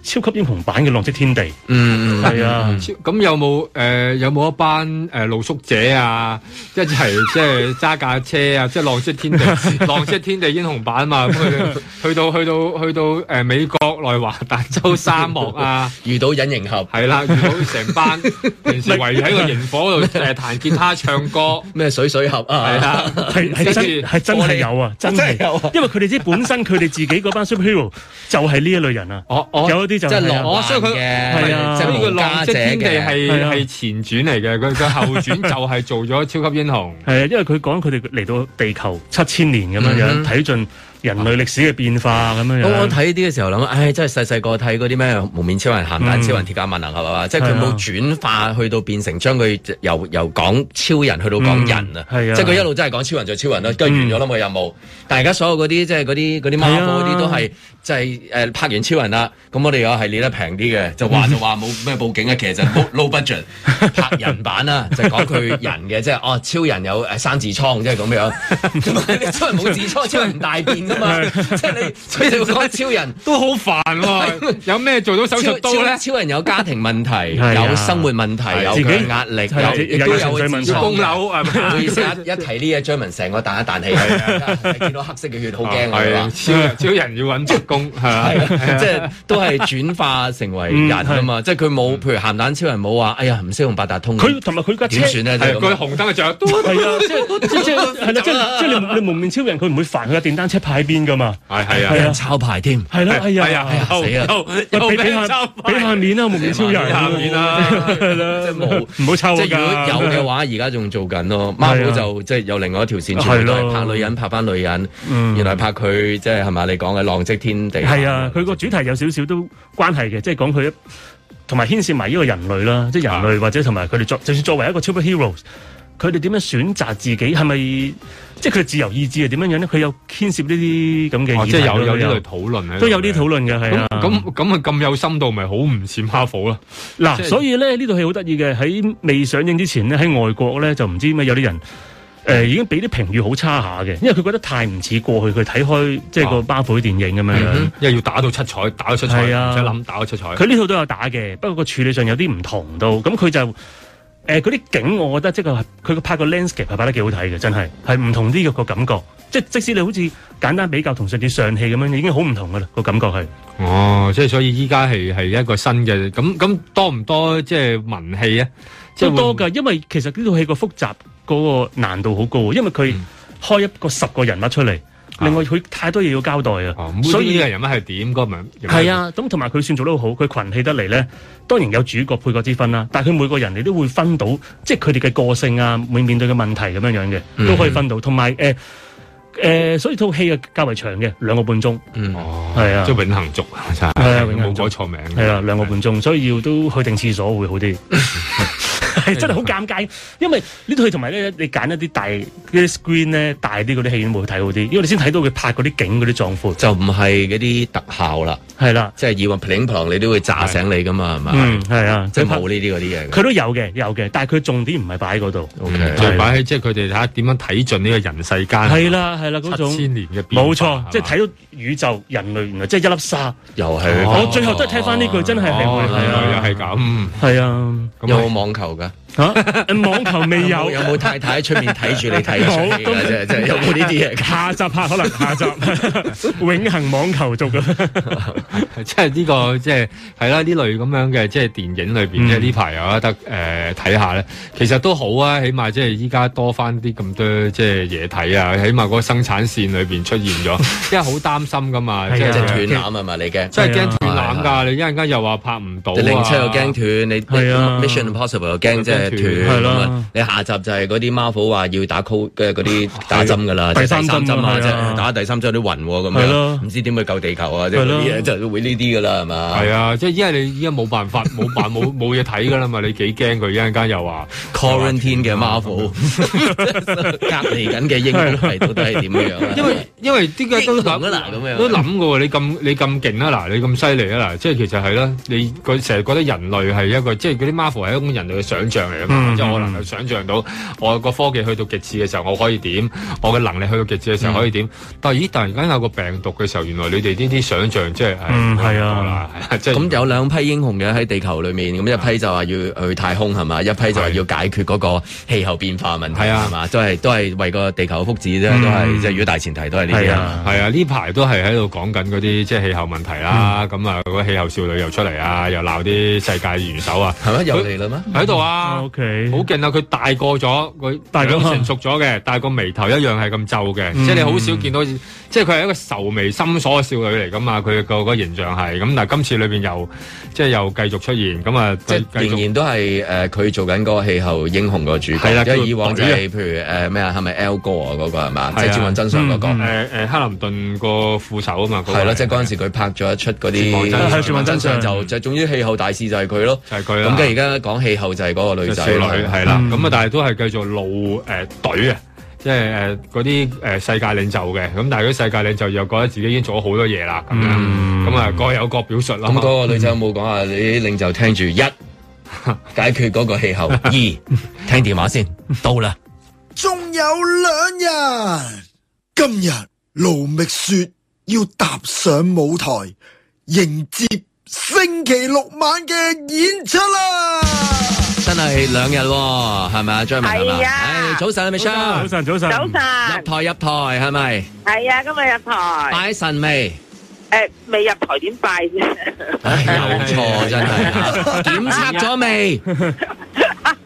S4: 超級英雄版嘅《浪跡天地》。
S2: 嗯
S4: 係啊。
S3: 咁有冇誒有冇一班誒露宿者 啊，一齊即係揸架車啊，即係浪跡天 地，浪跡天地英雄版嘛？咁佢哋去到去到去到誒美國內華達州沙漠 啊，
S2: 遇到隱形俠，
S3: 係啦，遇到成班平時圍喺個營火度誒彈吉他唱 歌，
S2: 咩水水盒啊，
S3: 係啦，
S4: 係係真係真係有啊，真係有啊，因為佢哋知本身佢哋自己嗰班 superhero 就係呢一類人啊，
S3: 我我
S4: 有一啲就
S2: 即係
S4: 係啊
S2: 浪
S3: 我所以佢
S2: 係啊
S3: 即係呢個浪跡天地係
S4: 係啊
S3: 係前傳嚟嘅，佢佢 後傳就係做咗超級英雄。
S4: 係啊，因為佢講佢哋嚟到地球七千年咁樣
S2: 嗯
S4: 樣，睇盡人類歷史嘅變化咁樣
S2: 咁我
S4: 樣。
S2: 睇呢啲嘅時候諗，唉，真係細細個睇嗰啲咩無面超人、鹹蛋超人、鐵甲萬能俠係嘛，即係佢
S4: 嗯係
S2: 冇
S4: 啊
S2: 轉化去到變成將佢由由講超人去到講人啊，
S4: 嗯係啊
S2: 即係佢一路真係講超人就超人啦，跟住完咗啦嘛任務。但係而家所有嗰啲即係嗰啲嗰啲 m
S4: 嗯
S2: a
S4: 係
S2: r
S4: 啊
S2: 嗰啲都係即係誒拍完超人啦，咁我哋有係列得平啲嘅，就
S4: 嗯
S2: 話就話冇咩報警啊，其實就 low- low budget 拍人版啦，就講佢呃啊人嘅，即係哦超人有誒生痔瘡即係咁樣，咁你超人冇痔瘡，超人唔大便㗎噶 嘛，即係你即係你會講超人
S3: 都好煩喎，有咩做到手術刀咧？
S2: 超人有家庭問題，
S3: 係啊
S2: 有生活問題，有
S3: 自己
S2: 佢壓力，有亦都有自
S3: 要 供樓
S2: 啊！
S3: 係咪
S2: 唔好意思啊，一提呢嘢，張文成個彈一彈
S3: 啊
S2: 氣，啊見到黑色嘅血好驚啊！
S3: 係啊超人超人要揾特工係啊嗯係啊
S2: 即係都係轉化成為人啊嘛！即係佢冇，譬如鹹蛋超人冇話，哎呀唔識用八達通，佢
S4: 同埋佢架車
S2: 點算咧？
S4: 係佢
S3: 啊紅燈嘅着都
S4: 係啊，即係 即係即係係啦，即係即係你你蒙面超人佢唔會煩佢架電單車派邊噶嘛，
S3: 係
S2: 係啊有人抄牌 添，
S4: 係啦，哎呀，
S2: 哎呀哎呀
S4: 又
S2: 死啦
S4: 喂
S2: 又
S4: 俾
S2: 俾
S4: 俾
S2: 人
S4: 下
S2: 抄
S4: 俾下面啦，蒙面超人，
S2: 俾下面
S3: 啊
S4: 啦，係啦，
S2: 即係冇
S4: 唔好抽
S2: 即
S4: 啊我
S2: 係
S4: 㗎
S2: 如
S4: 啊
S2: 果有嘅話，而家仲做緊咯。孖佬就即係有另外一條線，全部都係
S4: 係
S2: 拍
S4: 咯
S2: 女人，拍翻女人。
S4: 嗯
S2: 原來拍佢即係係咪你講嘅浪跡天地？
S4: 係啊，佢個主題有少少都關係嘅，即係講佢一同埋牽涉埋呢個人類
S3: 啊
S4: 啦，即係人類或者同埋佢哋作，就算作為一個 superheroes，佢哋點樣選擇自己係咪即係佢哋自由意志係點樣樣咧？佢有牽涉呢啲咁嘅
S3: 哦
S4: 議題
S3: 即係有
S4: 咯
S3: 有
S4: 都
S3: 呢類討論喺度
S4: 啊都有啲討論嘅，係啊
S3: 咁。咁咁啊咁有深度，咪好唔似 Marvel 啦？
S4: 嗱
S3: 即，係
S4: 所以咧呢套戲好得意嘅，喺未上映之前咧，喺外國咧就唔知咩有啲人。誒、已經俾啲評語好差下嘅，因為佢覺得太唔似過去佢睇開即係個巴菲電影咁樣樣。
S3: 啊嗯因為要打到七彩，打到七彩，
S4: 係
S3: 唔
S4: 啊
S3: 使諗，打到七彩。
S4: 佢呢套都有打嘅，不過個處理上有啲唔同到，咁佢就。誒嗰啲景，我覺得即係佢佢拍個 landscape 係拍得幾好睇嘅，真係係唔同啲嘅個感覺。即即使你好似簡單比較同上次上戲咁樣，已經好唔同嘅啦個感覺係。
S3: 哦，即係所以依家係係一個新嘅，咁咁多唔多即係文氣啊？即
S4: 都
S3: 係
S4: 多㗎，因為其實呢套戲個複雜嗰個難度好高，因為佢
S3: 嗯
S4: 開一個十個人物出嚟，另外佢太多嘢要交代啊，
S3: 所
S4: 所
S3: 哦以呢啊
S4: 以
S3: 個人物係點？嗰個人物
S4: 係，啊，咁同埋佢算做得好，佢群戲得嚟咧，當然有主角配角之分啦，但係佢每個人你都會分到，即係佢哋嘅個性啊，會面對嘅問題咁樣樣
S2: 嗯
S4: 嘅，都可以分到，同埋誒誒，所以套戲啊較為長嘅兩個半鐘，
S2: 嗯
S4: 係
S3: 哦
S4: 啊
S3: 即係永恆族啊，真
S4: 係啊
S3: 係
S4: 永恆
S3: 冇
S4: 族
S3: 改錯名。
S4: 係啊兩個半鐘，所以要都去定廁所會好 啲。係真係好尷尬，因為呢套戲同埋咧，你揀一啲大嗰啲 screen 咧，大啲嗰啲戲院會睇好啲，因為你先睇到佢拍嗰啲景嗰啲壯闊，
S2: 就唔係嗰啲特效啦，
S4: 係啦，
S2: 即係以往 p l 你都會炸醒你噶嘛，係咪？
S4: 嗯係啊
S2: 即係冇呢啲嗰啲嘢嘅。
S4: 佢都有嘅有嘅，但係佢重點唔係擺喺嗰度，
S3: 嗯就擺喺即係佢哋睇下點樣睇盡呢個人世間。
S4: 係啦係啦嗰種
S3: 七千年嘅變化
S4: 冇錯，即係睇到宇宙人類原來即係一粒沙，
S2: 又係
S4: 我最後都係睇翻呢句，真係係會係
S3: 哦
S4: 啊，
S3: 又係咁，
S4: 係啊，
S2: 有冇網球㗎？
S4: 嚇網球未有，
S2: 有冇太太喺出面睇住你睇
S4: 冇
S2: 出嚟㗎？即係即係有冇呢啲嘢㗎？
S4: 下集拍可能 下集永恆網球啊族嘅。
S3: 即係呢個即係係啦，呢類咁樣嘅即係電影裏邊，
S4: 嗯
S3: 即係呢排有得誒睇下咧，其實都好啊，起碼即係依家多翻啲咁多即係嘢睇啊，起碼嗰個生產線裏邊出現 咗，因為好擔心噶嘛，
S2: 即
S3: 即係
S2: 係斷纜係嘛？你
S3: 真
S2: 嘅
S3: 係啊驚斷纜㗎！你一陣間又話拍唔到啊，
S2: 你零七又驚斷，你
S3: 係啊
S2: Mission Impossible 又驚即係
S3: 係
S2: 斷，咁
S3: 啦
S2: 啊你下集就係嗰啲 Marvel 話要打 call 嘅嗰啲打針㗎啦，
S4: 第
S2: 即係
S4: 三針啊
S2: 針啊，
S4: 係啊
S2: 即係打第三針有啲暈喎咁
S3: 係
S2: 樣
S3: 咯，
S2: 唔知點去救地球啊，即係
S3: 係
S2: 嗰
S3: 咯
S2: 啲嘢就會呢啲㗎啦，係嘛？
S3: 係啊，即係因為你依家冇辦法，冇辦冇 冇嘢睇㗎啦嘛，你幾驚佢一陣間又話
S2: quarantine 嘅 Marvel 隔離緊嘅英雄係到底係點樣啊？
S3: 啊因為因為啲嘅都諗
S2: 啊嗱咁樣
S3: 都諗嘅喎，你咁你咁勁啊嗱，你咁犀利啊嗱，即係其實係啦，你佢成日覺得人類係一個即係嗰啲 Marvel 係一種人類嘅想像嚟啊嘛，
S4: 嗯
S3: 即係我能夠想像到我個科技去到極致嘅時候我可以點，我嘅能力去到極致嘅時候可以點，但係咦突然間有個病毒嘅時候，原來你哋呢啲想像即係
S4: 嗯係
S3: 冇辦法
S4: 啊
S3: 啦，即係
S2: 咁有兩批英雄嘅喺地球裏面，咁一批就話要去太空係嘛，一批就話要解決嗰個氣候變化問題
S3: 係啊
S2: 係嘛，都係都係為個地球嘅福祉啫，都係即係如果大前提都係呢啲
S3: 係
S2: 啊
S3: 啊，。係啊，呢排都係喺度講緊嗰啲即係氣候問題啦。咁啊，嗰個氣候少女又出嚟啊，又鬧啲世界元首啊，
S2: 係咪又嚟啦咩？
S3: 喺度啊
S4: ，OK，
S3: 好勁啊！佢大個咗，佢
S4: 大個
S3: 樣成熟咗嘅，但係個眉頭一樣係咁皺嘅，
S4: 嗯
S3: 即係你好少見到，即係佢係一個愁眉深鎖嘅少女嚟噶嘛。佢個個形象係咁，但係今次裏邊又即係又繼續出現咁啊，
S2: 即係仍然都係誒，佢做緊嗰個氣候英雄個主角，
S3: 係啦
S2: 因為
S3: 叫
S2: 以往就
S3: 隊啊
S2: 係譬如誒咩啊，係咪 L 哥啊嗰個係嘛，即係《
S3: 啊
S2: 轉運真相》嗰個。
S3: 誒誒克林頓個副手啊嘛，嗰個
S2: 係咯，即係嗰陣時佢拍咗一出嗰
S3: 絕望
S2: 啲
S3: 真相
S2: 絕望真相就就總之氣候大事就係佢咯，
S3: 就係佢啦
S2: 咁跟住而家講氣候就係嗰個女仔
S3: 少
S2: 啦
S3: 女係啦，咁啊，但係都係繼續露誒隊啊。即係誒嗰啲誒世界領袖嘅，咁但係嗰啲世界領袖又覺得自己已經做咗好多嘢啦，咁樣咁啊各有各表述啦。
S2: 咁嗰個女仔有冇講啊？你啲領袖 聽住一解決嗰個氣候，二聽電話先，到啦。
S13: 仲有兩日，今日卢觅雪要踏上舞台，迎接星期六晚嘅演出啦！
S2: 真係兩日喎，係咪啊？張文係咪
S14: 係啊
S2: 唉早晨啊
S4: 早
S2: ，Michelle。
S4: 晨，早
S14: 晨早晨
S2: 入台入台係咪？
S14: 啊系啊，今日入台，
S2: 拜神未？
S14: 诶，未入台點拜啫？
S2: 唉哎有 錯真係。檢測咗 未？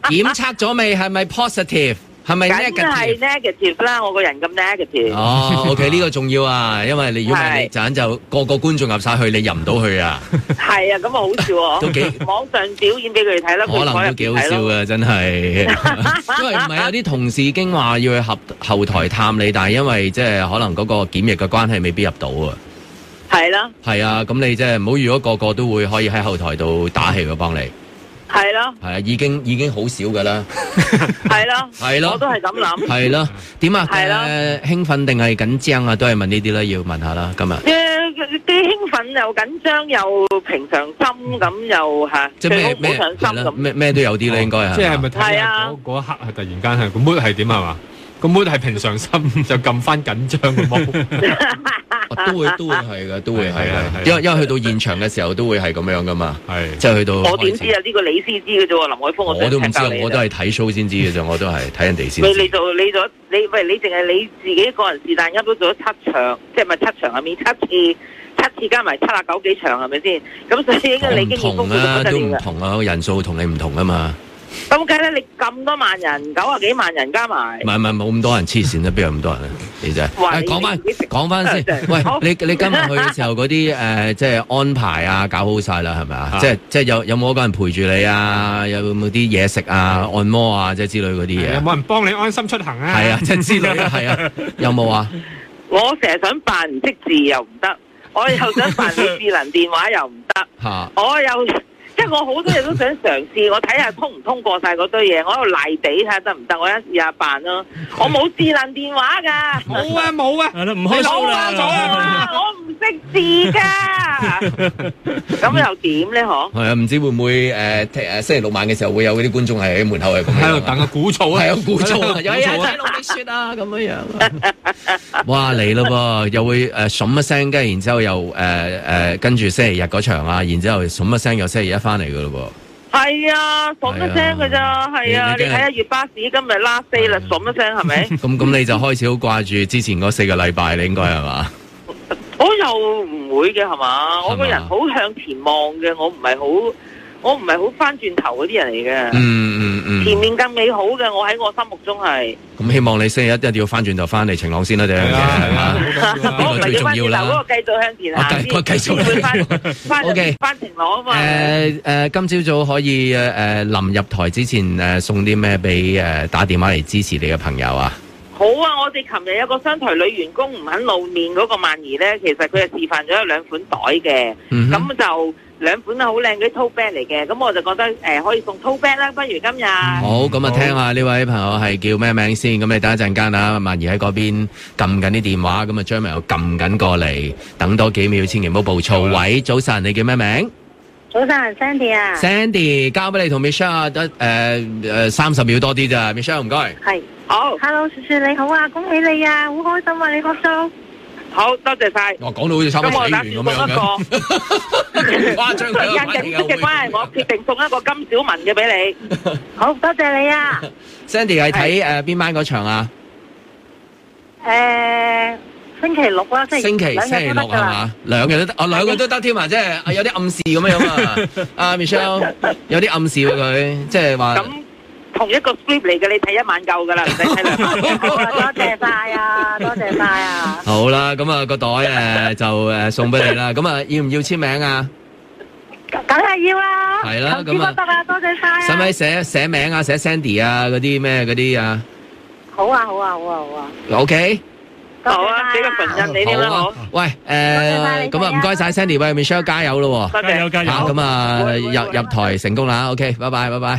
S2: 檢測咗未？係咪 positive？係咪
S14: 梗
S2: negative？
S14: 係 negative 啦，我個人咁 negative。
S2: 哦，OK，呢個重要啊，因為你如果唔係
S14: 係
S2: 你陣就個個觀眾入晒去，你入唔到去 啊，
S14: 係啊，咁啊好笑喎。
S2: 都幾
S14: 網上表演俾佢哋睇啦，
S2: 可能都幾
S14: 幾
S2: 好笑啊，真 係。因為唔係有啲同事已經話要去合後台探你，但係因為即係可能嗰個檢疫嘅關係，未必入到啊。
S14: 係啦，
S2: 係啊，咁你即係唔好預咗個個都會可以喺後台度打氣嘅幫你。
S14: 係啦，
S2: 係啊，已經已經好少㗎啦。
S14: 係 啦，
S2: 係咯
S14: 我都係咁諗。
S2: 係咯，點啊？
S14: 係啦
S2: 誒興奮定係緊張啊？都係問呢啲啦，要問下啦，今日。
S14: 誒，啲興奮又緊張又平常心咁又嚇，
S2: 即係
S14: 最好
S2: 咩
S14: 唔
S2: 咩
S14: 好上心
S2: 係
S14: 咁
S2: 啦。咩咩都有啲啦，應該係。
S3: 哦即係咪睇
S14: 係
S3: 下
S14: 啊
S3: 嗰嗰一刻係突然間係個 mood 係點係嘛？個 mood 係平常心就撳翻緊張嘅 mood，
S14: 啊
S2: 哦都會都會係嘅，都會係
S3: 係啊係啊
S2: 嘅，因為因為去到現場嘅時候都會 係咁樣噶嘛，即係去到
S14: 我點知啊？呢個你先知嘅啫喎，林海峰，
S2: 我都唔知
S14: 想請教，
S2: 啊
S14: 你
S2: 我都係睇 show 先知嘅啫，我都係睇人哋先
S14: 喂，
S2: 知。
S14: 你做你做你喂，你淨係你自己一個人是但噏都做咗七場，即係咪七場入面七次，七次加埋七啊九幾場係咪先？咁所以應該你
S2: 唔
S14: 經驗豐
S2: 同
S14: 富到
S2: 啊，
S14: 不得
S2: 都唔
S14: 了嘅。
S2: 同啊，人數同你唔同啊嘛，
S14: 咁梗係咧，你咁多萬人，九啊幾萬人加埋
S2: 唔，係唔係冇咁多人黐線啦，邊有咁多人啊？你真係。
S14: 哇！
S2: 誒
S14: 你
S2: 講翻
S14: 你
S2: 講翻先，喂，你你今日去嘅時候嗰啲誒，即係安排啊，搞好晒啦，係咪啊？即係即係有有冇一個人陪住你啊？有冇啲嘢食啊、按摩啊，即係之類嗰啲嘢
S3: 有
S2: 啊？
S3: 冇人幫你安心出行啊？
S2: 係啊，即係之類啊，係啊，有冇啊？
S14: 我成日想扮唔識字又唔得，我又想扮你智能電話又唔 得。
S2: 嚇！
S14: 我又即係我好多嘢都想嘗試，我睇下通唔通過晒嗰堆嘢，我喺度賴地睇下得唔得，我一試下辦 咯。我冇智能電話 㗎，
S3: 冇啊冇啊，
S4: 係啦，唔
S14: 開
S4: 心啦
S14: 我唔識字㗎， 咁又點咧？嗬？
S2: 係啊，唔知會唔會誒聽誒星期六晚嘅時候會有嗰啲觀眾係喺門口係咁喺度等
S3: 個鼓噪
S2: 啊，係啊，鼓噪啊，有嘢睇
S10: 老
S2: 碧雪啊，咁樣樣。哇嚟咯噃，又會誒唰一聲，跟住然之後又誒誒跟住星期日嗰場啊，然之後唰一聲又星期一翻嚟噶咯
S14: 係啊，咁一聲㗎咋，係啊！
S2: 你
S14: 你
S2: 你
S14: 睇下月巴士今日 last day 啦，咁一聲係咪
S2: 喎。？咁咁你就開始好掛住之前嗰四個禮拜，你應該係嘛？
S14: 我又唔會嘅係嘛？我個人好向前望嘅，我唔係好，我唔係好翻轉頭嗰啲人嚟嘅。
S2: 嗯嗯
S14: 前
S2: 嗯。
S14: 面更美好嘅，我喺我心目中係。
S2: 咁希望你星期一一定要翻轉頭翻嚟晴朗先啦，第一樣嘢係啊 嘛？
S14: 我唔
S2: 呢個
S14: 係
S2: 最
S14: 要
S2: 重
S14: 翻
S2: 要
S14: 轉頭
S2: 啦
S14: 嗰。個繼續向前行
S2: 我繼
S14: 先，
S2: 我
S14: 先
S2: 繼續
S14: 會翻翻
S2: OK
S14: 翻晴朗啊嘛。
S2: 誒誒，今朝早可以誒誒臨入台之前誒送啲咩俾誒打電話嚟支持你嘅朋友啊？
S14: 好啊！我哋琴日有個商台女員工唔肯露面嗰個萬兒呢，其實佢係示範咗有兩款袋嘅，咁、
S2: 嗯哼
S14: 就兩款好靚嘅 tote bag 嚟嘅，咁我就覺得誒、呃可以送 tote bag 啦，不如今日
S2: 好，咁啊，聽下呢位朋友係叫咩名先？咁你等一陣間啊，萬兒喺嗰邊撳緊啲電話，咁啊張明又撳緊過嚟，等多幾秒，千祈唔好暴躁。喂，早晨，你叫咩名
S15: 早晨，Sandy 啊，系
S2: ？Sandy，交俾你同 Michelle 得誒誒三十秒多啲咋，Michelle 唔該。
S14: 好
S15: ，Hello，雪雪你好啊，恭喜你啊，好開心啊，你個 show，
S14: 好多謝晒。
S2: 我講到好似差唔多睇完咁樣 嘅。
S14: 誇
S2: 張
S15: 佢啊
S14: 因緊迫嘅關係，我決定送一個金小文嘅俾你。
S15: 好多謝你啊，
S2: Sandy 係睇誒邊晚嗰場啊？
S15: 诶，星期六啦，星期
S2: 星期星期六係嘛？兩日都得，哦兩個都得添啊！即係啊有啲暗示咁樣 啊。啊 Michelle 有啲暗示喎佢，即係話。
S14: 同一個 script 嚟嘅，你睇一晚夠㗎啦，唔使睇兩 晚。
S15: 多謝晒
S14: à,
S15: 啊，多謝晒啊，
S2: 好啦，咁啊個袋誒就誒送俾你啦。咁啊要唔要簽名啊？
S15: 梗係要
S14: à.
S15: 啦，
S2: 係啦
S15: 求之不
S2: 咁啊
S15: 得啊，多謝晒
S2: 使唔
S15: 啊，
S2: 使寫寫名啊？寫 Sandy 啊嗰啲咩嗰啲啊
S15: 好
S14: à,
S15: 啊，好啊，好啊，好啊，
S2: ？OK，
S14: 好啊，俾個唇印你添啦，
S2: 好
S14: 好
S2: 啊。。喂誒，咁啊唔該晒 Sandy，喂 Michelle 加油咯喎！
S14: 多謝
S2: 嚇咁啊入入台成功啦。OK，拜拜拜拜。